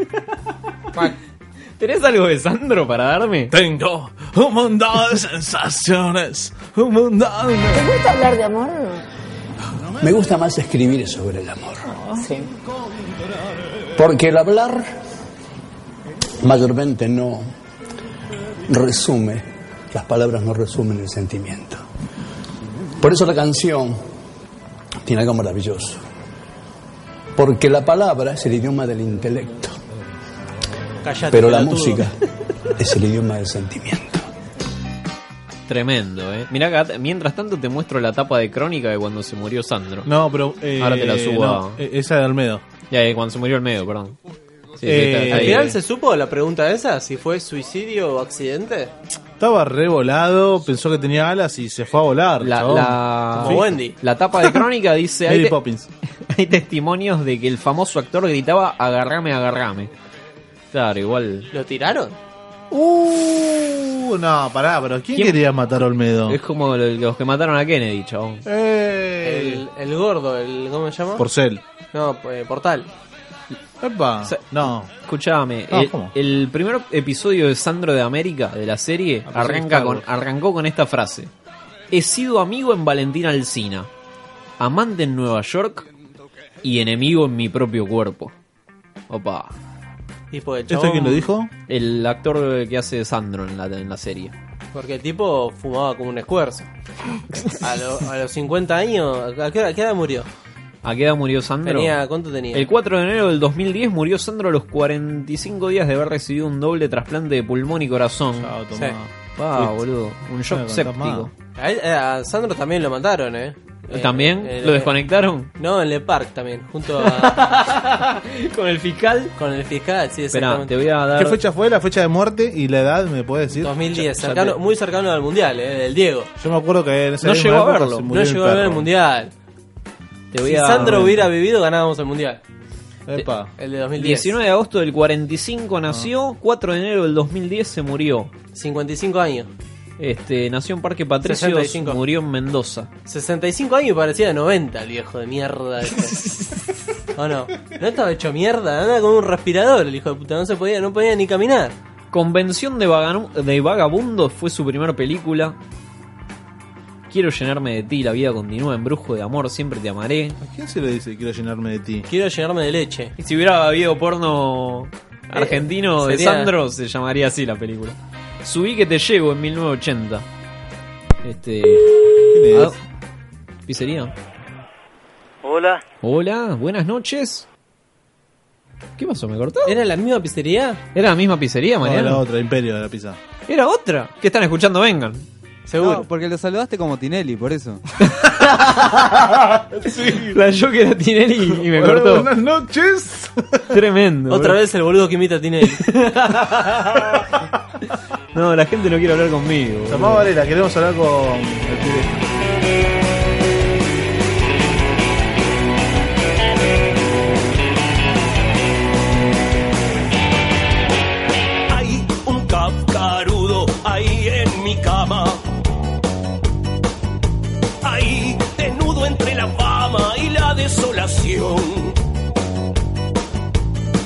[SPEAKER 8] ¿Tenés algo de Sandro para darme?
[SPEAKER 9] Tengo un montón de sensaciones. Un montón
[SPEAKER 6] ¿Te gusta hablar de amor o no?
[SPEAKER 23] Me gusta más escribir sobre el amor.
[SPEAKER 6] Sí.
[SPEAKER 23] Porque el hablar mayormente no resume, las palabras no resumen el sentimiento. Por eso la canción tiene algo maravilloso. Porque la palabra es el idioma del intelecto,
[SPEAKER 10] Callate,
[SPEAKER 23] pero la
[SPEAKER 10] pelotudo.
[SPEAKER 23] música es el idioma del sentimiento.
[SPEAKER 8] Tremendo, eh. Mirá, acá, mientras tanto te muestro la tapa de crónica de cuando se murió Sandro.
[SPEAKER 9] No, pero. eh,
[SPEAKER 8] Ahora te la subo
[SPEAKER 9] no,
[SPEAKER 8] a-
[SPEAKER 9] eh, Esa de Almedo.
[SPEAKER 8] Ya, eh, cuando se murió Olmedo, perdón. Sí, sí,
[SPEAKER 9] Eh,
[SPEAKER 8] está- está
[SPEAKER 10] ¿Al
[SPEAKER 8] ahí.
[SPEAKER 10] final se supo la pregunta esa? ¿Si fue suicidio o accidente?
[SPEAKER 9] Estaba re volado, pensó que tenía alas y se fue a volar.
[SPEAKER 8] La,
[SPEAKER 9] chabón.
[SPEAKER 8] la-
[SPEAKER 9] Ah, Sí.
[SPEAKER 8] la tapa de crónica dice... hay
[SPEAKER 9] Mary
[SPEAKER 8] te-
[SPEAKER 9] Poppins.
[SPEAKER 8] Hay testimonios de que el famoso actor gritaba agarrame, agarrame. Claro, igual.
[SPEAKER 10] ¿Lo tiraron?
[SPEAKER 9] Uh, no, pará, pero ¿quién,
[SPEAKER 8] ¿Quién?
[SPEAKER 9] quería matar a Olmedo?
[SPEAKER 8] Es como lo- los que mataron a Kennedy, chabón.
[SPEAKER 9] Eh.
[SPEAKER 10] El, el gordo, el, ¿cómo se llama?
[SPEAKER 9] Porcel.
[SPEAKER 10] No, eh, Portal.
[SPEAKER 9] Epa, no.
[SPEAKER 8] Escuchame,
[SPEAKER 9] No,
[SPEAKER 8] el,
[SPEAKER 9] ¿cómo?
[SPEAKER 8] el primer episodio de Sandro de América, de la serie,
[SPEAKER 9] Ah, pensé que
[SPEAKER 8] arranca
[SPEAKER 9] Star
[SPEAKER 8] con,
[SPEAKER 9] Wars.
[SPEAKER 8] arrancó con esta frase. He sido amigo en Valentina Alcina, amante en Nueva York y enemigo en mi propio cuerpo. Opa.
[SPEAKER 10] Tipo de
[SPEAKER 9] ¿Esto quién Este lo dijo?
[SPEAKER 8] El actor que hace de Sandro en la, en la serie.
[SPEAKER 10] Porque el tipo fumaba como un esfuerzo. A, lo- a los 50 años, ¿a qué, hora- a qué edad murió?
[SPEAKER 8] ¿A qué edad murió Sandro?
[SPEAKER 10] Tenía, ¿Cuánto tenía?
[SPEAKER 8] El 4 de enero del 2010 murió Sandro a los 45 días de haber recibido un doble trasplante de pulmón y corazón.
[SPEAKER 10] tomá.
[SPEAKER 8] Pa,
[SPEAKER 10] Fuiste.
[SPEAKER 8] boludo. Un shock
[SPEAKER 10] No me contás
[SPEAKER 8] séptico.
[SPEAKER 10] A, él- eh, a Sandro también lo mataron, ¿eh? Eh,
[SPEAKER 8] ¿También?
[SPEAKER 10] eh,
[SPEAKER 8] ¿Lo desconectaron?
[SPEAKER 10] No, en Le Parc también, junto a...
[SPEAKER 8] ¿Con el fiscal?
[SPEAKER 10] Con el fiscal, sí,
[SPEAKER 9] Espera,
[SPEAKER 10] exactamente.
[SPEAKER 9] ¿Qué fecha fue? ¿La fecha de muerte y la edad? ¿Me puedes decir?
[SPEAKER 10] 2010,
[SPEAKER 9] Ya- ya
[SPEAKER 10] cercano-
[SPEAKER 9] te-
[SPEAKER 10] muy cercano al Mundial, ¿eh? Del Diego.
[SPEAKER 9] Yo me acuerdo que en esa
[SPEAKER 10] No
[SPEAKER 9] misma
[SPEAKER 10] llegó a
[SPEAKER 9] época
[SPEAKER 10] verlo,
[SPEAKER 9] se
[SPEAKER 10] no
[SPEAKER 9] murió mi
[SPEAKER 10] llegó a ver el
[SPEAKER 9] perro.
[SPEAKER 10] Mundial.
[SPEAKER 8] Te voy
[SPEAKER 10] Si
[SPEAKER 8] a-
[SPEAKER 10] Sandro hubiera vivido, ganábamos el Mundial.
[SPEAKER 9] Epa.
[SPEAKER 10] El de 2010.
[SPEAKER 8] 19 de agosto del 45 nació, 4 de enero del 2010 se murió.
[SPEAKER 10] 55 años.
[SPEAKER 8] Este, nació en Parque Patricios,
[SPEAKER 10] 65.
[SPEAKER 8] murió en Mendoza.
[SPEAKER 10] 65 años y parecía de 90 el viejo de mierda. ese. ¿O no? No estaba hecho mierda, andaba con un respirador el hijo de puta, no se podía, no podía ni caminar.
[SPEAKER 8] Convención de, Vaganu- de Vagabundos fue su primera película. Quiero llenarme de ti, la vida continúa, embrujo de amor, siempre te amaré.
[SPEAKER 9] ¿A quién se le dice quiero llenarme de ti?
[SPEAKER 10] Quiero llenarme de leche.
[SPEAKER 8] Y si hubiera habido porno argentino de
[SPEAKER 10] sería-
[SPEAKER 8] Sandro, se llamaría así la película. Subí que te llevo en 1980. Este.
[SPEAKER 9] ¿Quién Eh,
[SPEAKER 10] Ah,
[SPEAKER 9] es?
[SPEAKER 8] ¿a- ¿Pizzería?
[SPEAKER 2] Hola,
[SPEAKER 8] Hola, buenas noches. ¿Qué pasó? ¿Me cortó?
[SPEAKER 10] ¿Era la misma pizzería?
[SPEAKER 8] ¿Era la misma pizzería,
[SPEAKER 9] No,
[SPEAKER 8] Mariano?
[SPEAKER 9] la otra, Imperio de la Pizza.
[SPEAKER 8] Era otra. ¿Qué están escuchando? Vengan.
[SPEAKER 10] Seguro.
[SPEAKER 22] No, porque lo saludaste como Tinelli, por eso.
[SPEAKER 8] La yo que era Tinelli y me
[SPEAKER 22] Hola,
[SPEAKER 8] cortó.
[SPEAKER 22] buenas
[SPEAKER 9] noches.
[SPEAKER 8] Tremendo.
[SPEAKER 10] Otra
[SPEAKER 8] bro.
[SPEAKER 10] vez el boludo que imita a Tinelli.
[SPEAKER 8] No, la gente no quiere hablar conmigo. boludo.
[SPEAKER 9] Tomá Varela, queremos hablar con el pibe.
[SPEAKER 3] Hay un carudo ahí en mi cama. Ahí, desnudo entre la fama y la desolación.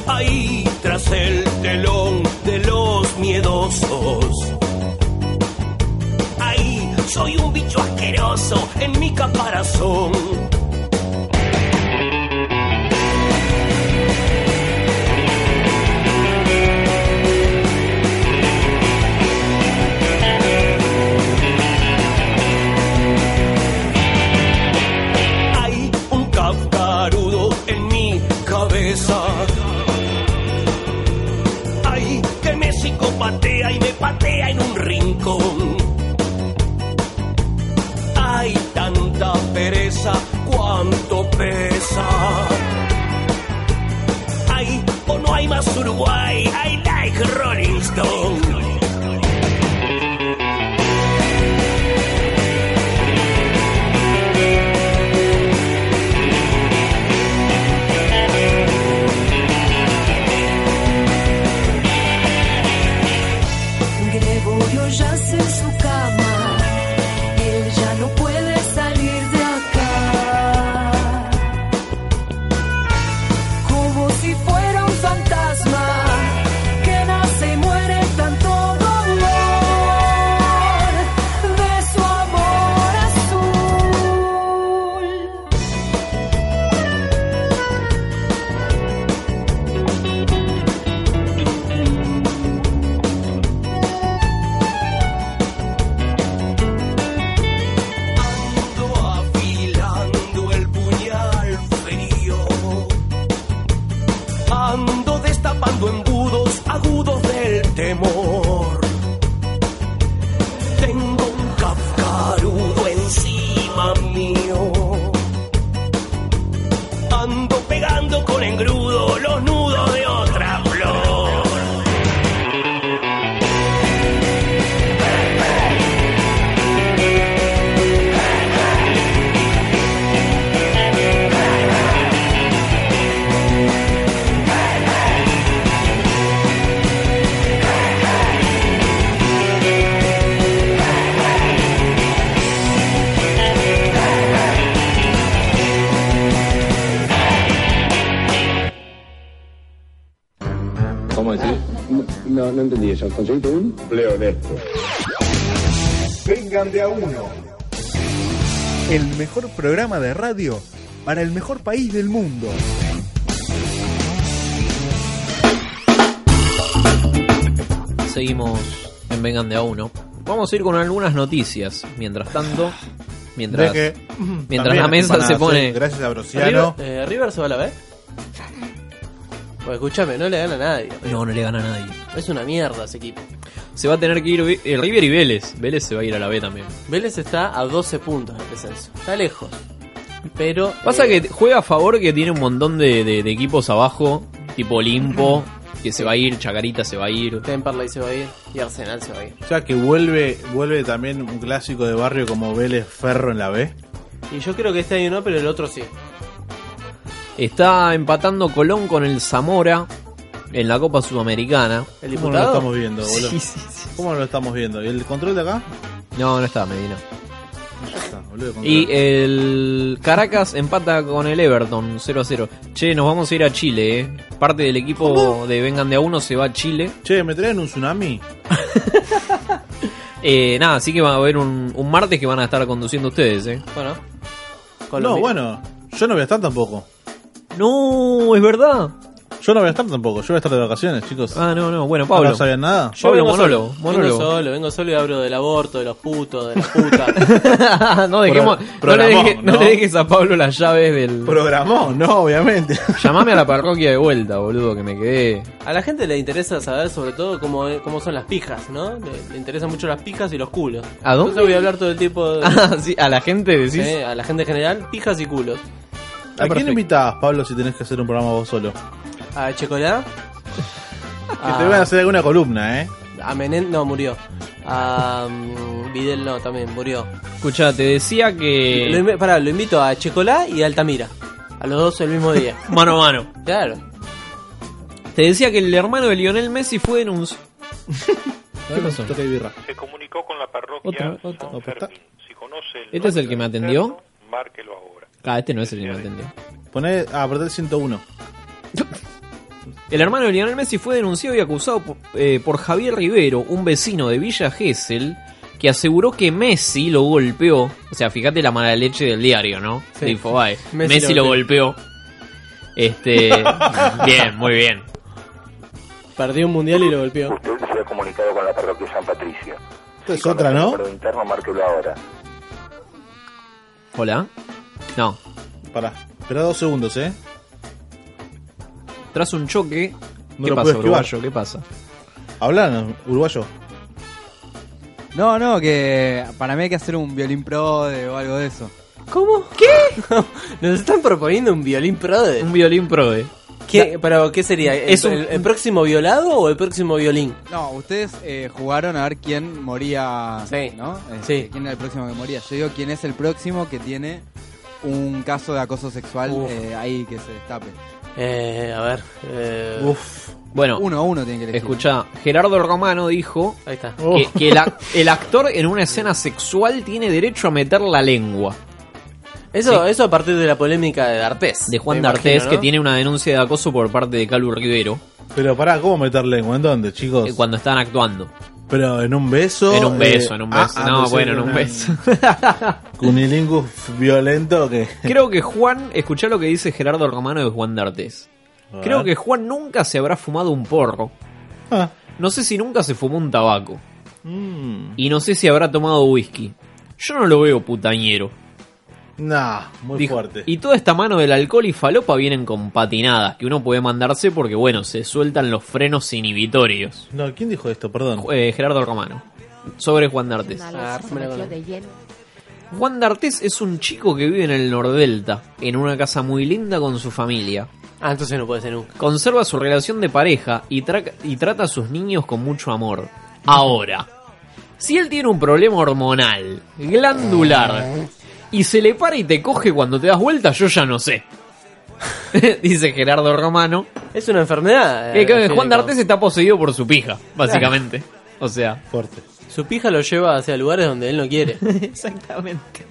[SPEAKER 3] Ahí, tras el telón de los miedosos. Ahí, soy un bicho asqueroso en mi caparazón. Hay un cafcarudo en mi cabeza. Hay que me psicopatea y me patea en un rincón. Hay tanta pereza, cuánto pesa. Hay o no hay más Uruguay, I like Rolling Stone.
[SPEAKER 7] Gregorio yace en su cama, él ya no puede salir de acá. Como si fuera un fantasma que nace y muere en tanto dolor de su amor azul.
[SPEAKER 3] afilando el puñal frío. Ando destapando embudos agudos del temor. Tengo un cafcarudo encima mío. Ando pegando con engrudo los nudos de otra flor.
[SPEAKER 5] No, no entendí eso. ¿Conseguiste un? Leonesto.
[SPEAKER 20] Vengan de a uno.
[SPEAKER 1] El mejor programa de radio para el mejor país del mundo.
[SPEAKER 8] Seguimos en Vengan de a uno. Vamos a ir con algunas noticias. Mientras tanto, mientras,
[SPEAKER 9] Ve que-
[SPEAKER 8] mientras
[SPEAKER 9] también
[SPEAKER 8] la mesa
[SPEAKER 9] empanadas,
[SPEAKER 8] se pone.
[SPEAKER 9] sí, gracias a Brociano.
[SPEAKER 10] River, eh, River se va a la B. Pues escúchame, no le gana a nadie.
[SPEAKER 8] No, no le gana a nadie.
[SPEAKER 10] Es una mierda ese equipo.
[SPEAKER 8] Se va a tener que ir Ve- eh, River y Vélez. Vélez se va a ir a la B también.
[SPEAKER 10] Vélez está a 12 puntos del descenso. Está lejos. Pero. eh,
[SPEAKER 8] Pasa que juega a favor que tiene un montón de, de- de equipos abajo, tipo Olimpo, que se va a ir, Chacarita se va a ir.
[SPEAKER 10] Temperley se va a ir y Arsenal se va a ir.
[SPEAKER 9] Ya que vuelve, vuelve también un clásico de barrio como Vélez Ferro en la B.
[SPEAKER 10] Y yo creo que este año no, pero el otro sí.
[SPEAKER 8] Está empatando Colón con el Zamora en la Copa Sudamericana.
[SPEAKER 10] ¿El
[SPEAKER 9] ¿Cómo no lo estamos viendo, boludo?
[SPEAKER 8] Sí, sí, sí.
[SPEAKER 9] ¿Cómo no lo estamos viendo? ¿Y el control de acá?
[SPEAKER 8] No, no está, Medina.
[SPEAKER 9] Ya está, boludo, control.
[SPEAKER 8] Y eh, el Caracas empata con el Everton 0 a 0. Che, nos vamos a ir a Chile, eh. Parte del equipo de Vengan de a uno se va a Chile.
[SPEAKER 9] Che, ¿me traen un tsunami?
[SPEAKER 8] Eh, nada, así que va a haber un, un martes que van a estar conduciendo ustedes, eh.
[SPEAKER 10] Bueno.
[SPEAKER 9] No, bueno, yo no voy a estar tampoco.
[SPEAKER 8] No, es verdad.
[SPEAKER 9] Yo no voy a estar tampoco, yo voy a estar de vacaciones, chicos.
[SPEAKER 8] Ah, no, no, bueno, Pablo.
[SPEAKER 9] ¿No sabían nada?
[SPEAKER 8] Yo Pablo,
[SPEAKER 10] vengo
[SPEAKER 8] monólogo,
[SPEAKER 10] solo,
[SPEAKER 8] monólogo.
[SPEAKER 10] Vengo solo, vengo solo y hablo del aborto, de los putos, de las putas.
[SPEAKER 8] no dejemos, no, le
[SPEAKER 10] Programón,
[SPEAKER 8] deje- no
[SPEAKER 10] ¿no?
[SPEAKER 8] le dejes a Pablo las llaves del.
[SPEAKER 9] Programó, no, obviamente.
[SPEAKER 8] Llamame a la parroquia de vuelta, boludo, que me quedé.
[SPEAKER 10] A la gente le interesa saber sobre todo cómo, cómo son las pijas, ¿no? Le, le interesan mucho las pijas y los culos.
[SPEAKER 8] ¿A dónde?
[SPEAKER 10] Entonces voy a hablar todo el tiempo de...
[SPEAKER 8] Ah, sí, a la gente decís.
[SPEAKER 10] Sí, a la gente en general, pijas y culos.
[SPEAKER 9] ¿A quién invitás, Pablo, si tenés que hacer un programa vos solo?
[SPEAKER 10] A Checolá.
[SPEAKER 8] Ah.
[SPEAKER 9] Que te van a hacer alguna columna, ¿eh?
[SPEAKER 10] A Menem, no, murió. A mm, Videl, no, también murió.
[SPEAKER 8] Escucha, te decía
[SPEAKER 10] Lo,
[SPEAKER 8] que.
[SPEAKER 10] invi- pará, lo invito a Checolá y a Altamira. A los dos el mismo día.
[SPEAKER 8] Mano a mano.
[SPEAKER 10] Claro.
[SPEAKER 8] Te decía que el hermano de Lionel Messi fue denunciado. ¿Qué pasó?
[SPEAKER 11] Se comunicó con la parroquia.
[SPEAKER 8] Otra, otra.
[SPEAKER 11] San Fermín. Si conoce el
[SPEAKER 8] ¿Este es el
[SPEAKER 11] nombre
[SPEAKER 8] que me
[SPEAKER 11] del
[SPEAKER 8] atendió?
[SPEAKER 11] interno, Márquelo ahora.
[SPEAKER 8] Ah, este no es el que me atendió.
[SPEAKER 9] Poné, ah, apreté el 101.
[SPEAKER 8] El hermano de Lionel Messi fue denunciado y acusado por, eh, por Javier Rivero, un vecino de Villa Gesell, que aseguró que Messi lo golpeó. O sea, fíjate la mala leche del diario, ¿no?
[SPEAKER 10] Sí.
[SPEAKER 8] De Infobae.
[SPEAKER 10] Messi
[SPEAKER 8] Messi,
[SPEAKER 10] lo
[SPEAKER 8] lo golpeó. Este. bien, muy bien.
[SPEAKER 10] Perdió un mundial y lo golpeó.
[SPEAKER 12] Usted se ha comunicado con la parroquia San Patricio.
[SPEAKER 9] Esta es otra,
[SPEAKER 12] El
[SPEAKER 9] ¿no?
[SPEAKER 12] número interno, márquelo ahora.
[SPEAKER 8] ¿Hola? No.
[SPEAKER 9] Pará, espera dos segundos, ¿eh?
[SPEAKER 8] Tras un choque.
[SPEAKER 9] No
[SPEAKER 8] ¿Qué
[SPEAKER 9] lo
[SPEAKER 8] pasa,
[SPEAKER 9] pude esquivar.
[SPEAKER 8] uruguayo? ¿Qué pasa?
[SPEAKER 9] Hablan, uruguayo.
[SPEAKER 22] No, no, que para mí hay que hacer un violín pro de- o algo de eso.
[SPEAKER 10] ¿Cómo? ¿Qué? Nos están proponiendo un violín prode. Un
[SPEAKER 8] violín prode.
[SPEAKER 10] ¿Qué, pero, ¿qué sería? ¿El,
[SPEAKER 22] Es un-
[SPEAKER 10] el- el próximo violado o el próximo violín?
[SPEAKER 22] No, ustedes eh, jugaron a ver quién moría, ¿no? Este,
[SPEAKER 10] Sí.
[SPEAKER 22] ¿Quién era el próximo que moría? Yo digo quién es el próximo que tiene un caso de acoso sexual
[SPEAKER 10] Uf.
[SPEAKER 22] eh, ahí que se destape.
[SPEAKER 10] Eh, a ver. eh,
[SPEAKER 8] Bueno,
[SPEAKER 22] uno a uno tiene que elegir. Oh.
[SPEAKER 8] Escucha, Gerardo Romano dijo
[SPEAKER 10] Ahí está.
[SPEAKER 8] que, que el, ac- el actor en una escena sexual tiene derecho a meter la lengua.
[SPEAKER 10] Eso,
[SPEAKER 8] Sí.
[SPEAKER 10] eso a partir de la polémica de D'Artés.
[SPEAKER 8] De Juan
[SPEAKER 10] me imagino,
[SPEAKER 8] D'Artés,
[SPEAKER 10] ¿no?
[SPEAKER 8] que tiene una denuncia de acoso por parte de Calu Rivero
[SPEAKER 9] Pero pará, ¿cómo meter lengua? ¿En dónde, chicos?
[SPEAKER 8] eh, cuando estaban actuando.
[SPEAKER 9] Pero en un beso.
[SPEAKER 8] En un beso,
[SPEAKER 9] eh,
[SPEAKER 8] en un beso.
[SPEAKER 9] ah, ah,
[SPEAKER 8] no,
[SPEAKER 9] pensé
[SPEAKER 8] bueno, en
[SPEAKER 9] que
[SPEAKER 8] un
[SPEAKER 9] era
[SPEAKER 8] beso.
[SPEAKER 9] Cunilingus violento que.
[SPEAKER 8] Creo que Juan, escuchá lo que dice Gerardo Romano de Juan D'Artés.
[SPEAKER 9] A
[SPEAKER 8] Creo
[SPEAKER 9] ver.
[SPEAKER 8] que Juan nunca se habrá fumado un porro.
[SPEAKER 9] Ah.
[SPEAKER 8] No sé si nunca se fumó un tabaco.
[SPEAKER 9] Mm.
[SPEAKER 8] Y no sé si habrá tomado whisky. Yo no lo veo putañero.
[SPEAKER 9] Nah, muy
[SPEAKER 8] Dijo,
[SPEAKER 9] fuerte.
[SPEAKER 8] Y toda esta mano del alcohol y falopa vienen con patinadas que uno puede mandarse porque, bueno, se sueltan los frenos inhibitorios.
[SPEAKER 9] No, ¿quién dijo esto? Perdón.
[SPEAKER 8] Eh, Gerardo Romano. Sobre Juan D'Artes.
[SPEAKER 10] Ah,
[SPEAKER 8] Juan D'Artes es un chico que vive en el Nordelta, en una casa muy linda con su familia.
[SPEAKER 10] Ah, entonces no puede ser nunca.
[SPEAKER 8] Conserva su relación de pareja y, tra- y trata a sus niños con mucho amor. Ahora, si él tiene un problema hormonal, glandular, y se le para y te coge cuando te das vuelta, yo ya no sé. Dice Gerardo Romano.
[SPEAKER 10] Es una enfermedad.
[SPEAKER 8] Que,
[SPEAKER 10] eh, al
[SPEAKER 8] que
[SPEAKER 10] fin
[SPEAKER 8] Juan
[SPEAKER 10] y al cabo.
[SPEAKER 8] D'Artes está poseído por su pija, básicamente. O sea,
[SPEAKER 9] fuerte.
[SPEAKER 10] Su pija lo lleva hacia lugares donde él no quiere.
[SPEAKER 8] Exactamente.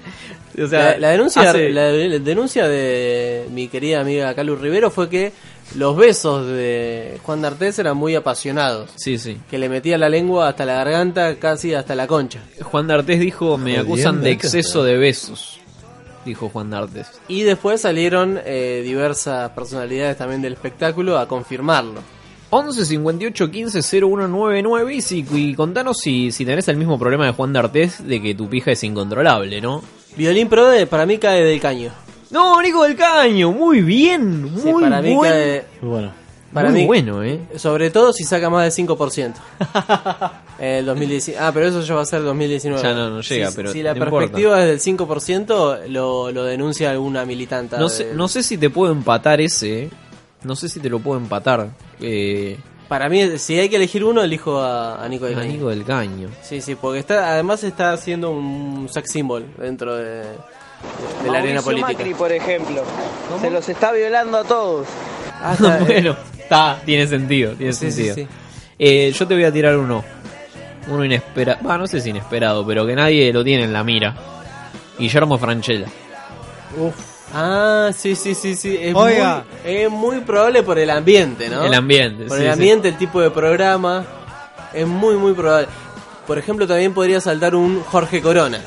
[SPEAKER 8] O sea,
[SPEAKER 10] la, la denuncia,
[SPEAKER 8] hace-
[SPEAKER 10] la, la denuncia de mi querida amiga Calu Rivero fue que los besos de Juan D'Artés eran muy apasionados.
[SPEAKER 8] Sí, sí.
[SPEAKER 10] Que le metía la lengua hasta la garganta, casi hasta la concha.
[SPEAKER 8] Juan D'Artés dijo, me acusan de exceso de besos, dijo Juan D'Artés.
[SPEAKER 10] Y después salieron eh, diversas personalidades también del espectáculo a confirmarlo.
[SPEAKER 8] 11 58 15 0199 y, si, y contanos si, si tenés el mismo problema de Juan D'Artés de que tu pija es incontrolable, ¿no?
[SPEAKER 10] Violín Pro de, para mí cae del caño.
[SPEAKER 8] No, Nico del Caño, muy bien, muy
[SPEAKER 10] Sí, para mí
[SPEAKER 8] buen-
[SPEAKER 10] cae-
[SPEAKER 9] Bueno.
[SPEAKER 10] Para
[SPEAKER 8] Muy
[SPEAKER 10] mí,
[SPEAKER 8] bueno, ¿eh?
[SPEAKER 10] Sobre todo si saca más del 5%. el 2019. Ah, pero eso ya va a ser 2019.
[SPEAKER 8] Ya no- no llega,
[SPEAKER 10] si,
[SPEAKER 8] pero
[SPEAKER 10] Si la
[SPEAKER 8] no
[SPEAKER 10] perspectiva es del 5%, lo, lo denuncia alguna militante.
[SPEAKER 8] No sé, no sé si te puedo empatar ese, ¿eh? no sé si te lo puedo empatar. Eh,
[SPEAKER 10] Para mí, si hay que elegir uno, elijo a, a Nico del
[SPEAKER 8] A
[SPEAKER 10] Caño.
[SPEAKER 8] Nico del Caño.
[SPEAKER 10] Sí, sí, porque está, además está haciendo un sex symbol dentro de, de la arena
[SPEAKER 16] Mauricio
[SPEAKER 10] política.
[SPEAKER 16] Macri, por ejemplo. Se los está violando a todos.
[SPEAKER 10] Ah, eh,
[SPEAKER 8] bueno, está, tiene sentido, tiene
[SPEAKER 16] Sí, sí,
[SPEAKER 8] sentido.
[SPEAKER 16] sí.
[SPEAKER 8] Eh, yo te voy a tirar uno, uno inesperado, no sé si inesperado, pero que nadie lo tiene en la mira. Guillermo Franchella.
[SPEAKER 10] Uf. Ah, sí, sí, sí, sí. Es,
[SPEAKER 8] Oiga.
[SPEAKER 10] Muy, es muy probable por el ambiente, ¿no?
[SPEAKER 8] El ambiente,
[SPEAKER 10] Por
[SPEAKER 8] sí,
[SPEAKER 10] el
[SPEAKER 8] sí.
[SPEAKER 10] ambiente, el tipo de programa. Es muy, muy probable. Por ejemplo, también podría saltar un Jorge Corona.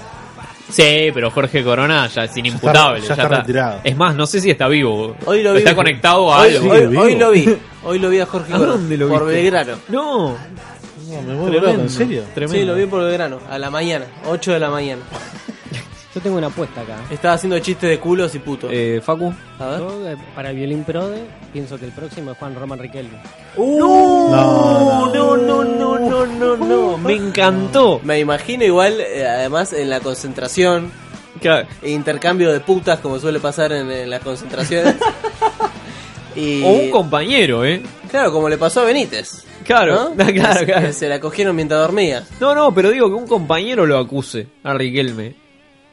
[SPEAKER 8] Sí, pero Jorge Corona ya es inimputable.
[SPEAKER 10] ya está retirado.
[SPEAKER 8] Es más, no sé si está vivo.
[SPEAKER 10] Hoy lo vi.
[SPEAKER 8] Está conectado a
[SPEAKER 10] hoy,
[SPEAKER 8] algo.
[SPEAKER 10] Hoy, hoy lo vi. Hoy lo vi a Jorge
[SPEAKER 8] ¿A
[SPEAKER 10] Corona.
[SPEAKER 8] dónde lo
[SPEAKER 10] Por
[SPEAKER 8] viste?
[SPEAKER 10] Belgrano.
[SPEAKER 8] No.
[SPEAKER 9] No, me vuelvo loco, ¿en serio?
[SPEAKER 10] Sí, lo vi por Belgrano. A la mañana. 8 de la mañana.
[SPEAKER 13] Yo tengo una apuesta acá.
[SPEAKER 10] Estaba haciendo chistes de culos y putos.
[SPEAKER 8] Eh, Facu.
[SPEAKER 10] A ver.
[SPEAKER 13] Yo, eh, para el violín prode, pienso que el próximo es Juan Román Riquelme.
[SPEAKER 10] No, ¡Uh! no, no, no, no, no, no.
[SPEAKER 8] Me encantó.
[SPEAKER 10] Me imagino igual, eh, además, en la concentración. e Intercambio de putas, como suele pasar en, en las concentraciones. y,
[SPEAKER 8] O un compañero, ¿eh?
[SPEAKER 10] claro, como le pasó a Benítez.
[SPEAKER 8] Claro,
[SPEAKER 10] ¿no?
[SPEAKER 8] claro,
[SPEAKER 10] Que se-
[SPEAKER 8] claro.
[SPEAKER 10] que se la cogieron mientras dormía.
[SPEAKER 8] No, no, pero digo que un compañero lo acuse a Riquelme.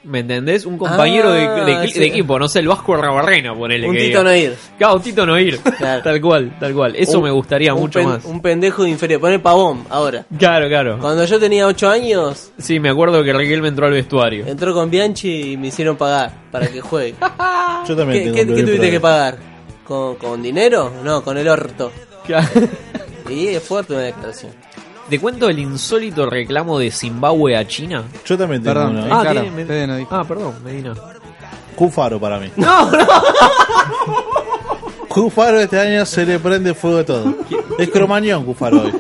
[SPEAKER 8] ¿Me entendés? Un compañero de,
[SPEAKER 10] Ah,
[SPEAKER 8] de- de
[SPEAKER 10] sí.
[SPEAKER 8] equipo, no sé, el Vasco Rabarrena, ponele.
[SPEAKER 10] Un
[SPEAKER 8] que
[SPEAKER 10] Tito
[SPEAKER 8] diga.
[SPEAKER 10] Noir.
[SPEAKER 8] Claro, un Tito Noir. Tal cual, tal cual. Eso
[SPEAKER 10] Un-
[SPEAKER 8] me gustaría
[SPEAKER 10] un
[SPEAKER 8] mucho
[SPEAKER 10] pen-
[SPEAKER 8] más.
[SPEAKER 10] Un pendejo de inferior. Poner pavón ahora.
[SPEAKER 8] Claro, claro.
[SPEAKER 10] Cuando yo tenía 8 años,
[SPEAKER 8] Sí, me acuerdo que Riquelme entró al vestuario.
[SPEAKER 10] entró con Bianchi y me hicieron pagar para que juegue.
[SPEAKER 8] Ah,
[SPEAKER 9] Yo
[SPEAKER 10] ¿Qué,
[SPEAKER 9] tengo
[SPEAKER 10] qué-
[SPEAKER 9] un
[SPEAKER 10] qué
[SPEAKER 9] problema.
[SPEAKER 10] tuviste que pagar? ¿Con, con dinero? No, con el orto. y es fuerte una declaración.
[SPEAKER 8] ¿Te cuento el insólito reclamo de Zimbabue a China?
[SPEAKER 9] Yo también tengo
[SPEAKER 8] Perdón,
[SPEAKER 9] uno.
[SPEAKER 8] Ah, Caro, tiene-
[SPEAKER 9] ah,
[SPEAKER 8] perdón, Medina.
[SPEAKER 9] Cufaro para mí.
[SPEAKER 8] No, no.
[SPEAKER 9] Cufaro este año se le prende fuego a todo. Es cromañón Cufaro hoy.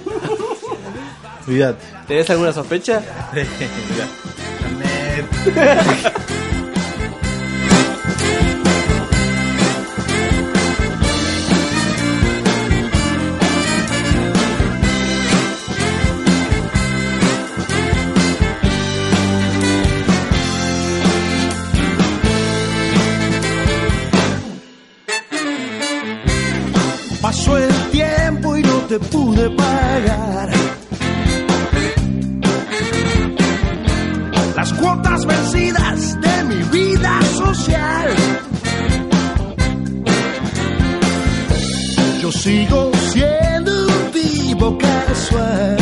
[SPEAKER 9] Cuidate.
[SPEAKER 10] ¿Tenés alguna sospecha?
[SPEAKER 18] Pasó el tiempo y no te pude pagar. Las cuotas vencidas de mi vida social. Yo sigo siendo un vivo casual.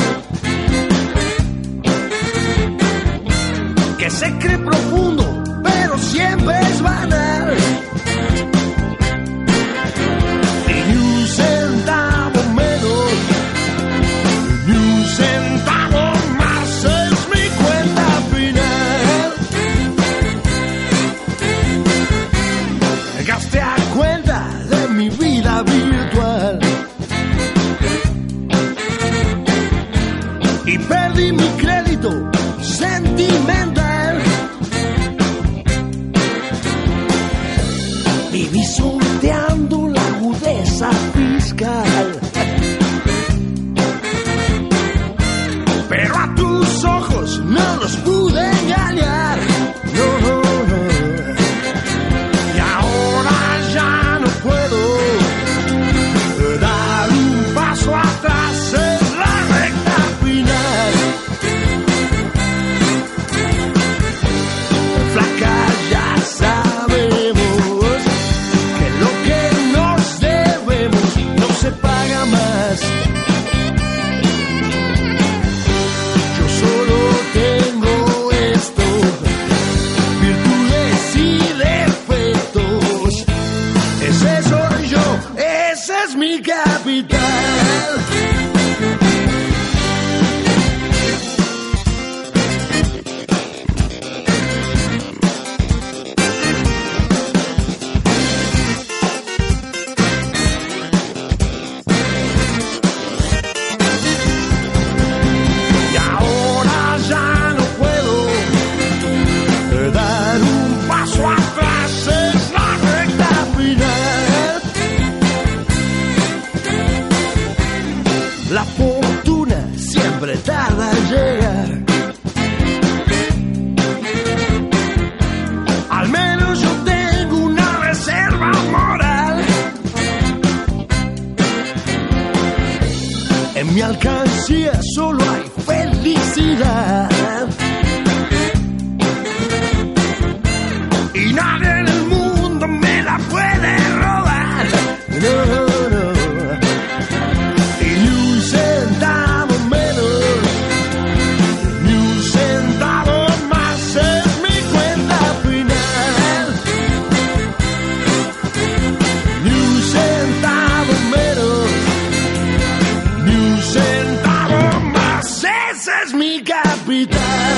[SPEAKER 18] Que se cree profundo, pero siempre es banal. Ni un centavo menos, ni un centavo más es mi cuenta final. Gasté a cuenta de mi vida virtual y perdí mi crédito sentimental. Viví sorteando la agudeza fiscal. Pero a tus ojos no los pude engañar. No, no, no. Y ahora ya no puedo dar un paso atrás en la recta final. Flaca, ya sabemos que lo que nos debemos nos separa.
[SPEAKER 14] alcancía solo hay felicidad. Y nadie en el mundo me la puede robar. No, no. Ni un centavo menos, ni un centavo más en mi cuenta final. Ni un centavo menos, ni un centavo más, esa es mi capital.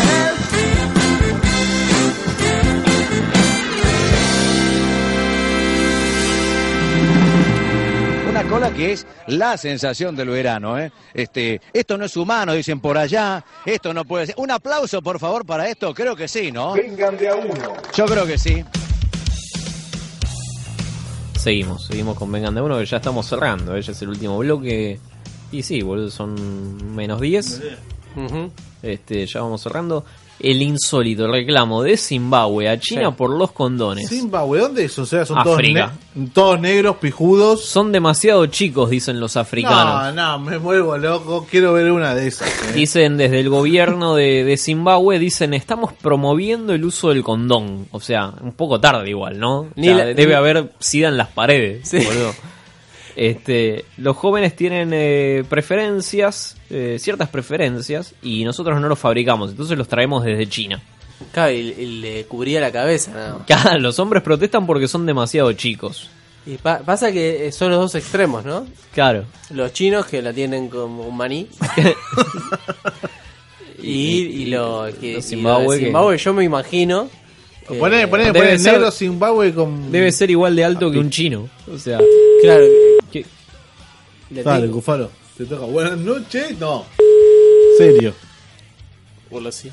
[SPEAKER 15] Una cola que es la sensación del verano, ¿eh? Este, esto no es humano, dicen por allá, esto no puede ser. Un aplauso, por favor, para esto, creo que sí, ¿no? Vengan de a uno. Yo creo que sí.
[SPEAKER 8] Seguimos, seguimos con Vengan de Uno, que ya estamos cerrando. ¿eh? Ya es el último bloque. Y sí, boludo, son menos 10. Ujú. Este, ya vamos cerrando. El insólito reclamo de Zimbabue a China
[SPEAKER 9] Sí.
[SPEAKER 8] por los condones.
[SPEAKER 9] Zimbabue, ¿dónde es? O sea, son todos,
[SPEAKER 8] África.
[SPEAKER 9] ne- todos negros, pijudos.
[SPEAKER 8] Son demasiado chicos, dicen los africanos.
[SPEAKER 9] No, no, me vuelvo loco. Quiero ver una de esas. eh.
[SPEAKER 8] Dicen desde el gobierno de, de Zimbabue, dicen, estamos promoviendo el uso del condón. O sea, un poco tarde igual, ¿no? O
[SPEAKER 10] Ni
[SPEAKER 8] sea,
[SPEAKER 10] la-
[SPEAKER 8] debe
[SPEAKER 10] ni-
[SPEAKER 8] haber sida en las paredes,
[SPEAKER 10] Sí.
[SPEAKER 8] boludo. Este, los jóvenes tienen eh, preferencias, eh, ciertas preferencias, y nosotros no los fabricamos, entonces los traemos desde China.
[SPEAKER 10] Claro, y, y le cubría la cabeza nada más.
[SPEAKER 8] Claro, los hombres protestan porque son demasiado chicos.
[SPEAKER 10] Y pa- pasa que eh, son los dos extremos, ¿no?
[SPEAKER 8] Claro.
[SPEAKER 10] Los chinos que la tienen como un maní. y, y lo que, y lo de
[SPEAKER 8] Zimbabue que-
[SPEAKER 10] Zimbabue, yo me imagino. que-
[SPEAKER 9] Poné, poné, poné
[SPEAKER 10] Debe ser-
[SPEAKER 9] negro Zimbabue con.
[SPEAKER 8] Eh, Debe ser igual de alto que un chino. O sea,
[SPEAKER 10] Claro.
[SPEAKER 8] que-
[SPEAKER 10] Le
[SPEAKER 9] Dale,
[SPEAKER 10] tengo-
[SPEAKER 9] Cufaro. Te toca. Buenas noches. No. Serio.
[SPEAKER 10] Hola, sí.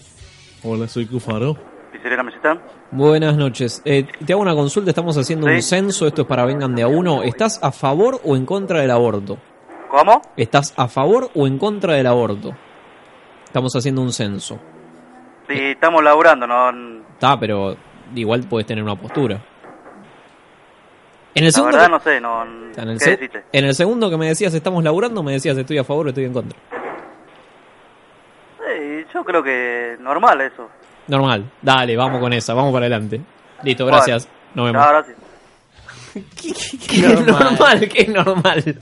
[SPEAKER 9] Hola, soy Cufaro.
[SPEAKER 17] ¿Pizzería Meseta?
[SPEAKER 8] Buenas noches. Eh, te hago una consulta, estamos haciendo
[SPEAKER 17] Sí.
[SPEAKER 8] un censo, esto es para vengan de a uno. ¿Estás a favor o en contra del aborto?
[SPEAKER 17] ¿Cómo?
[SPEAKER 8] ¿Estás a favor o en contra del aborto? Estamos haciendo un censo.
[SPEAKER 17] Sí, estamos laburando, ¿no?
[SPEAKER 8] Está, pero igual puedes tener una postura. En
[SPEAKER 17] La
[SPEAKER 8] el segundo
[SPEAKER 17] verdad
[SPEAKER 8] que-
[SPEAKER 17] no sé, no...
[SPEAKER 8] en el,
[SPEAKER 17] ¿Qué
[SPEAKER 8] se-
[SPEAKER 17] deciste?
[SPEAKER 8] en el segundo que me decías estamos laburando, me decías estoy a favor o estoy en contra.
[SPEAKER 17] Sí, yo creo que normal eso.
[SPEAKER 8] Normal, dale, vamos con esa, vamos para adelante. Listo,
[SPEAKER 17] Bueno.
[SPEAKER 8] gracias. Nos vemos.
[SPEAKER 17] Chao, gracias.
[SPEAKER 8] ¿Qué es normal? ¿Qué es normal?
[SPEAKER 10] Es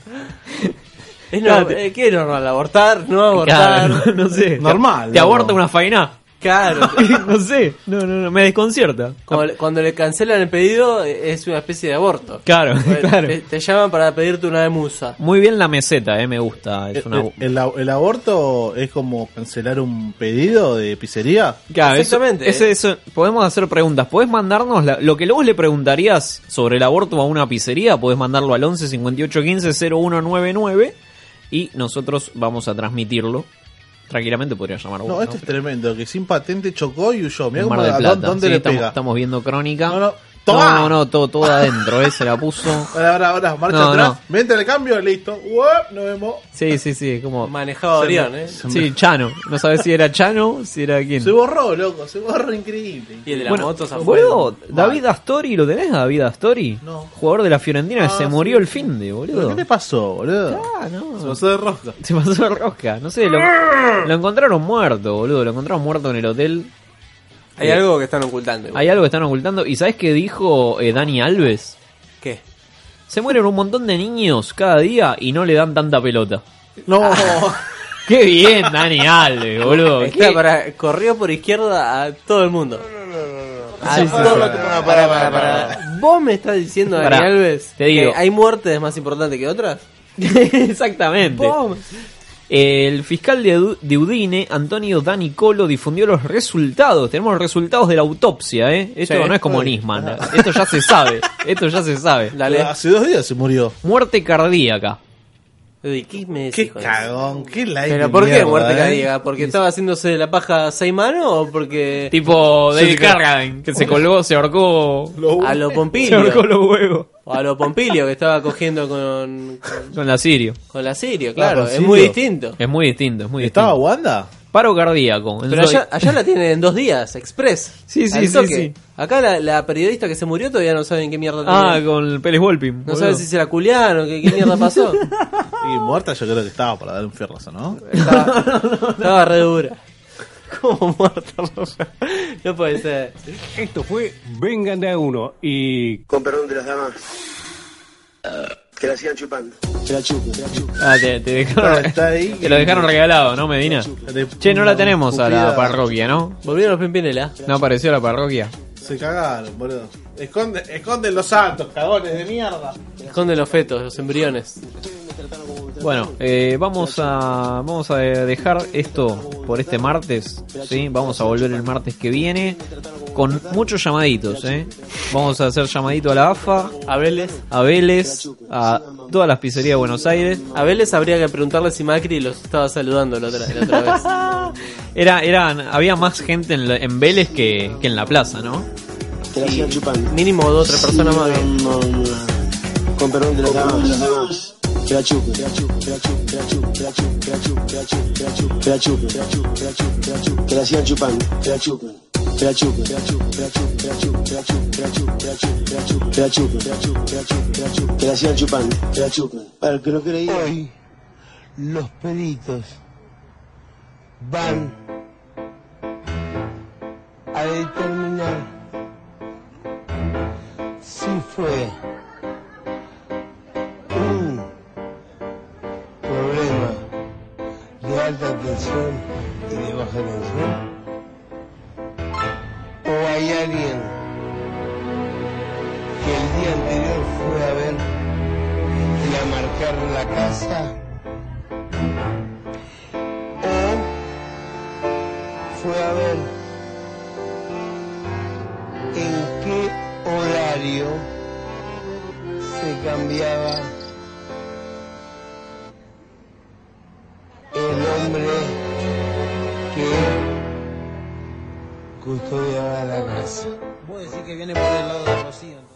[SPEAKER 8] Claro,
[SPEAKER 10] normal,
[SPEAKER 8] te-
[SPEAKER 10] eh, ¿Qué es normal? ¿Abortar? ¿No abortar?
[SPEAKER 8] Claro, no, no sé.
[SPEAKER 10] Normal,
[SPEAKER 8] ¿Te
[SPEAKER 10] no.
[SPEAKER 8] aborta una faena?
[SPEAKER 10] Claro.
[SPEAKER 8] no sé. No, no, no. Me desconcierta.
[SPEAKER 10] Cuando, le- cuando le cancelan el pedido, eh, es una especie de aborto.
[SPEAKER 8] Claro,
[SPEAKER 10] Bueno,
[SPEAKER 8] claro.
[SPEAKER 10] Te, te llaman para pedirte una demusa.
[SPEAKER 8] Muy bien la meseta, eh, me gusta. Es una...
[SPEAKER 9] El, el ab- el aborto es como cancelar un pedido de pizzería?
[SPEAKER 8] Claro, eso- ese- eso- podemos hacer preguntas. Podés mandarnos la- lo que vos le preguntarías sobre el aborto a una pizzería. Podés mandarlo al 11 58 15 0199 y nosotros vamos a transmitirlo. Tranquilamente podría llamar vos.
[SPEAKER 9] No, este esto
[SPEAKER 8] ¿no?
[SPEAKER 9] es tremendo, que sin patente chocó y huyó. Mirá
[SPEAKER 8] En Mar
[SPEAKER 9] cómo,
[SPEAKER 8] del
[SPEAKER 9] a dó-
[SPEAKER 8] Plata.
[SPEAKER 9] dónde
[SPEAKER 8] Sí,
[SPEAKER 9] le
[SPEAKER 8] estamos,
[SPEAKER 9] pega.
[SPEAKER 8] estamos viendo crónica. No, no,
[SPEAKER 9] ¡Tomá!
[SPEAKER 8] no, todo, todo adentro, eh, se la puso.
[SPEAKER 9] Ahora, ahora, ahora, marcha
[SPEAKER 8] No,
[SPEAKER 9] atrás.
[SPEAKER 8] no.
[SPEAKER 9] Vente al cambio, listo. Uop, nos vemos.
[SPEAKER 8] Sí, sí, sí, como...
[SPEAKER 10] Manejado
[SPEAKER 9] Se me-
[SPEAKER 10] Orión, ¿eh?
[SPEAKER 9] se
[SPEAKER 8] Sí, Chano. No sabes si era Chano, si era quién.
[SPEAKER 9] Se borró, loco, se borró increíble.
[SPEAKER 10] Y el de las
[SPEAKER 8] Bueno,
[SPEAKER 10] motos afuera.
[SPEAKER 8] boludo, David Astori, ¿lo tenés David Astori?
[SPEAKER 9] No. Ah,
[SPEAKER 8] Jugador de la Fiorentina que se murió el fin de, boludo.
[SPEAKER 9] ¿Pero ¿Qué te pasó, boludo?
[SPEAKER 8] Ah, no.
[SPEAKER 9] Se pasó de rosca.
[SPEAKER 8] Se pasó de rosca, no sé, lo, lo encontraron muerto, boludo, lo encontraron muerto en el hotel.
[SPEAKER 10] Hay
[SPEAKER 8] Eh,
[SPEAKER 10] algo que están ocultando. igual.
[SPEAKER 8] Hay algo que están ocultando. ¿Y sabes qué dijo eh, Dani Alves?
[SPEAKER 10] ¿Qué?
[SPEAKER 8] Se mueren un montón de niños cada día y no le dan tanta pelota.
[SPEAKER 9] No.
[SPEAKER 10] Ah.
[SPEAKER 8] Qué bien, Dani Alves, boludo.
[SPEAKER 10] Está
[SPEAKER 8] Qué-
[SPEAKER 10] para, corrió por izquierda a todo el mundo. A
[SPEAKER 8] Sí, sí,
[SPEAKER 10] todo-
[SPEAKER 8] sí.
[SPEAKER 10] Pará, pará, pará, pará. ¿Vos me estás diciendo, Dani
[SPEAKER 8] Pará,
[SPEAKER 10] Alves,
[SPEAKER 8] te digo.
[SPEAKER 10] que hay muertes más importantes que otras?
[SPEAKER 8] Exactamente.
[SPEAKER 10] Vos-
[SPEAKER 8] El fiscal de, Udu- de Udine, Antonio Danicolo, difundió los resultados. Tenemos los resultados de la autopsia, ¿eh? Esto
[SPEAKER 9] Sí.
[SPEAKER 8] no es como Nisman. ¿eh? Esto ya se sabe. Esto ya se sabe.
[SPEAKER 9] Hace dos días se murió.
[SPEAKER 8] Muerte cardíaca.
[SPEAKER 10] Uy, ¿Qué me decís
[SPEAKER 9] Qué
[SPEAKER 10] con
[SPEAKER 9] cagón, qué like.
[SPEAKER 10] ¿Pero
[SPEAKER 9] de
[SPEAKER 10] por qué
[SPEAKER 9] mierda,
[SPEAKER 10] muerte
[SPEAKER 9] eh?
[SPEAKER 10] cardíaca? ¿Porque estaba haciéndose de la paja seis manos o porque...?
[SPEAKER 8] Tipo
[SPEAKER 10] de
[SPEAKER 8] David Carradine, que se colgó, se ahorcó.
[SPEAKER 10] A lo
[SPEAKER 8] Se
[SPEAKER 10] Pompilio.
[SPEAKER 8] ahorcó los huevos.
[SPEAKER 10] O a lo Pompilio que estaba cogiendo con, con,
[SPEAKER 8] Con la Sirio.
[SPEAKER 10] con la Sirio,
[SPEAKER 8] Ah,
[SPEAKER 10] claro.
[SPEAKER 8] con
[SPEAKER 10] es
[SPEAKER 8] Sirio.
[SPEAKER 10] muy distinto.
[SPEAKER 8] Es muy distinto, es muy
[SPEAKER 9] ¿Estaba
[SPEAKER 8] distinto.
[SPEAKER 9] Wanda?
[SPEAKER 8] Paro cardíaco.
[SPEAKER 10] Pero
[SPEAKER 8] Enzo-
[SPEAKER 10] allá, allá la tienen en dos días, express.
[SPEAKER 8] Sí, sí,
[SPEAKER 10] al
[SPEAKER 8] sí,
[SPEAKER 10] toque.
[SPEAKER 8] sí.
[SPEAKER 10] Acá la, la periodista que se murió todavía no saben qué mierda
[SPEAKER 8] Ah,
[SPEAKER 10] tenía.
[SPEAKER 8] con Pérez Wolpin.
[SPEAKER 10] No sabe si se la culiaron, qué, qué mierda pasó.
[SPEAKER 9] Y muerta yo creo que estaba para dar un fierrazo, ¿no?
[SPEAKER 10] Estaba re dura. Como muerta, No puede ser.
[SPEAKER 3] Esto fue Vengan de a uno y.
[SPEAKER 18] Con perdón de las damas. Que la sigan chupando. Que la chupen, que la chupen.
[SPEAKER 8] Ah, te, te dejaron,
[SPEAKER 18] Está- está ahí.
[SPEAKER 8] te lo dejaron regalado, ¿no, Medina? Che, no la tenemos a la
[SPEAKER 9] Cupida.
[SPEAKER 8] parroquia, ¿no?
[SPEAKER 10] Volvieron los ¿ah? pimpinela.
[SPEAKER 8] No apareció la parroquia.
[SPEAKER 9] Se cagaron, boludo. Esconde, esconden los santos, cagones de mierda.
[SPEAKER 10] Esconde los fetos, los embriones.
[SPEAKER 8] Bueno, eh, vamos a vamos a eh, dejar esto por este martes, ¿sí? Vamos a volver el martes que viene con muchos llamaditos, ¿eh? Vamos a hacer llamadito a la AFA,
[SPEAKER 10] a Vélez,
[SPEAKER 8] a Vélez, a todas las pizzerías de Buenos Aires.
[SPEAKER 10] A Vélez habría que preguntarle si Macri los estaba saludando la otra, la otra vez.
[SPEAKER 8] Era, eran, había más gente en, la- en Vélez que, que en la plaza, ¿no?
[SPEAKER 18] Que la sigan chupando.
[SPEAKER 10] Mínimo dos o tres personas más.
[SPEAKER 18] Con perdón de las damas. Que la chupen, que la chupen, que la chupen, que la chupen, que la chupen, que la chupen, que la chupen, que la chupen, que la chupen, que la chupen, que la chupen, que la chupen, que la sigan chupando, que la chupen, que la chupen, que la chupen, que la chupen, que la chupen, que la chupen, que la chupen, que la chupen, que la chupen, que la chupen, que la chupen, que la chupen, que la chupen, que la sigan chupando, que la chupen. Para el que no creía. Hoy, los peritos van a determinar si fue un problema de alta tensión y de baja tensión o hay alguien que el día anterior fue a ver y a marcar la casa o fue a ver en qué horario se cambiaba el hombre que custodiaba la casa.
[SPEAKER 24] Vos decís que viene por el lado de Rocío.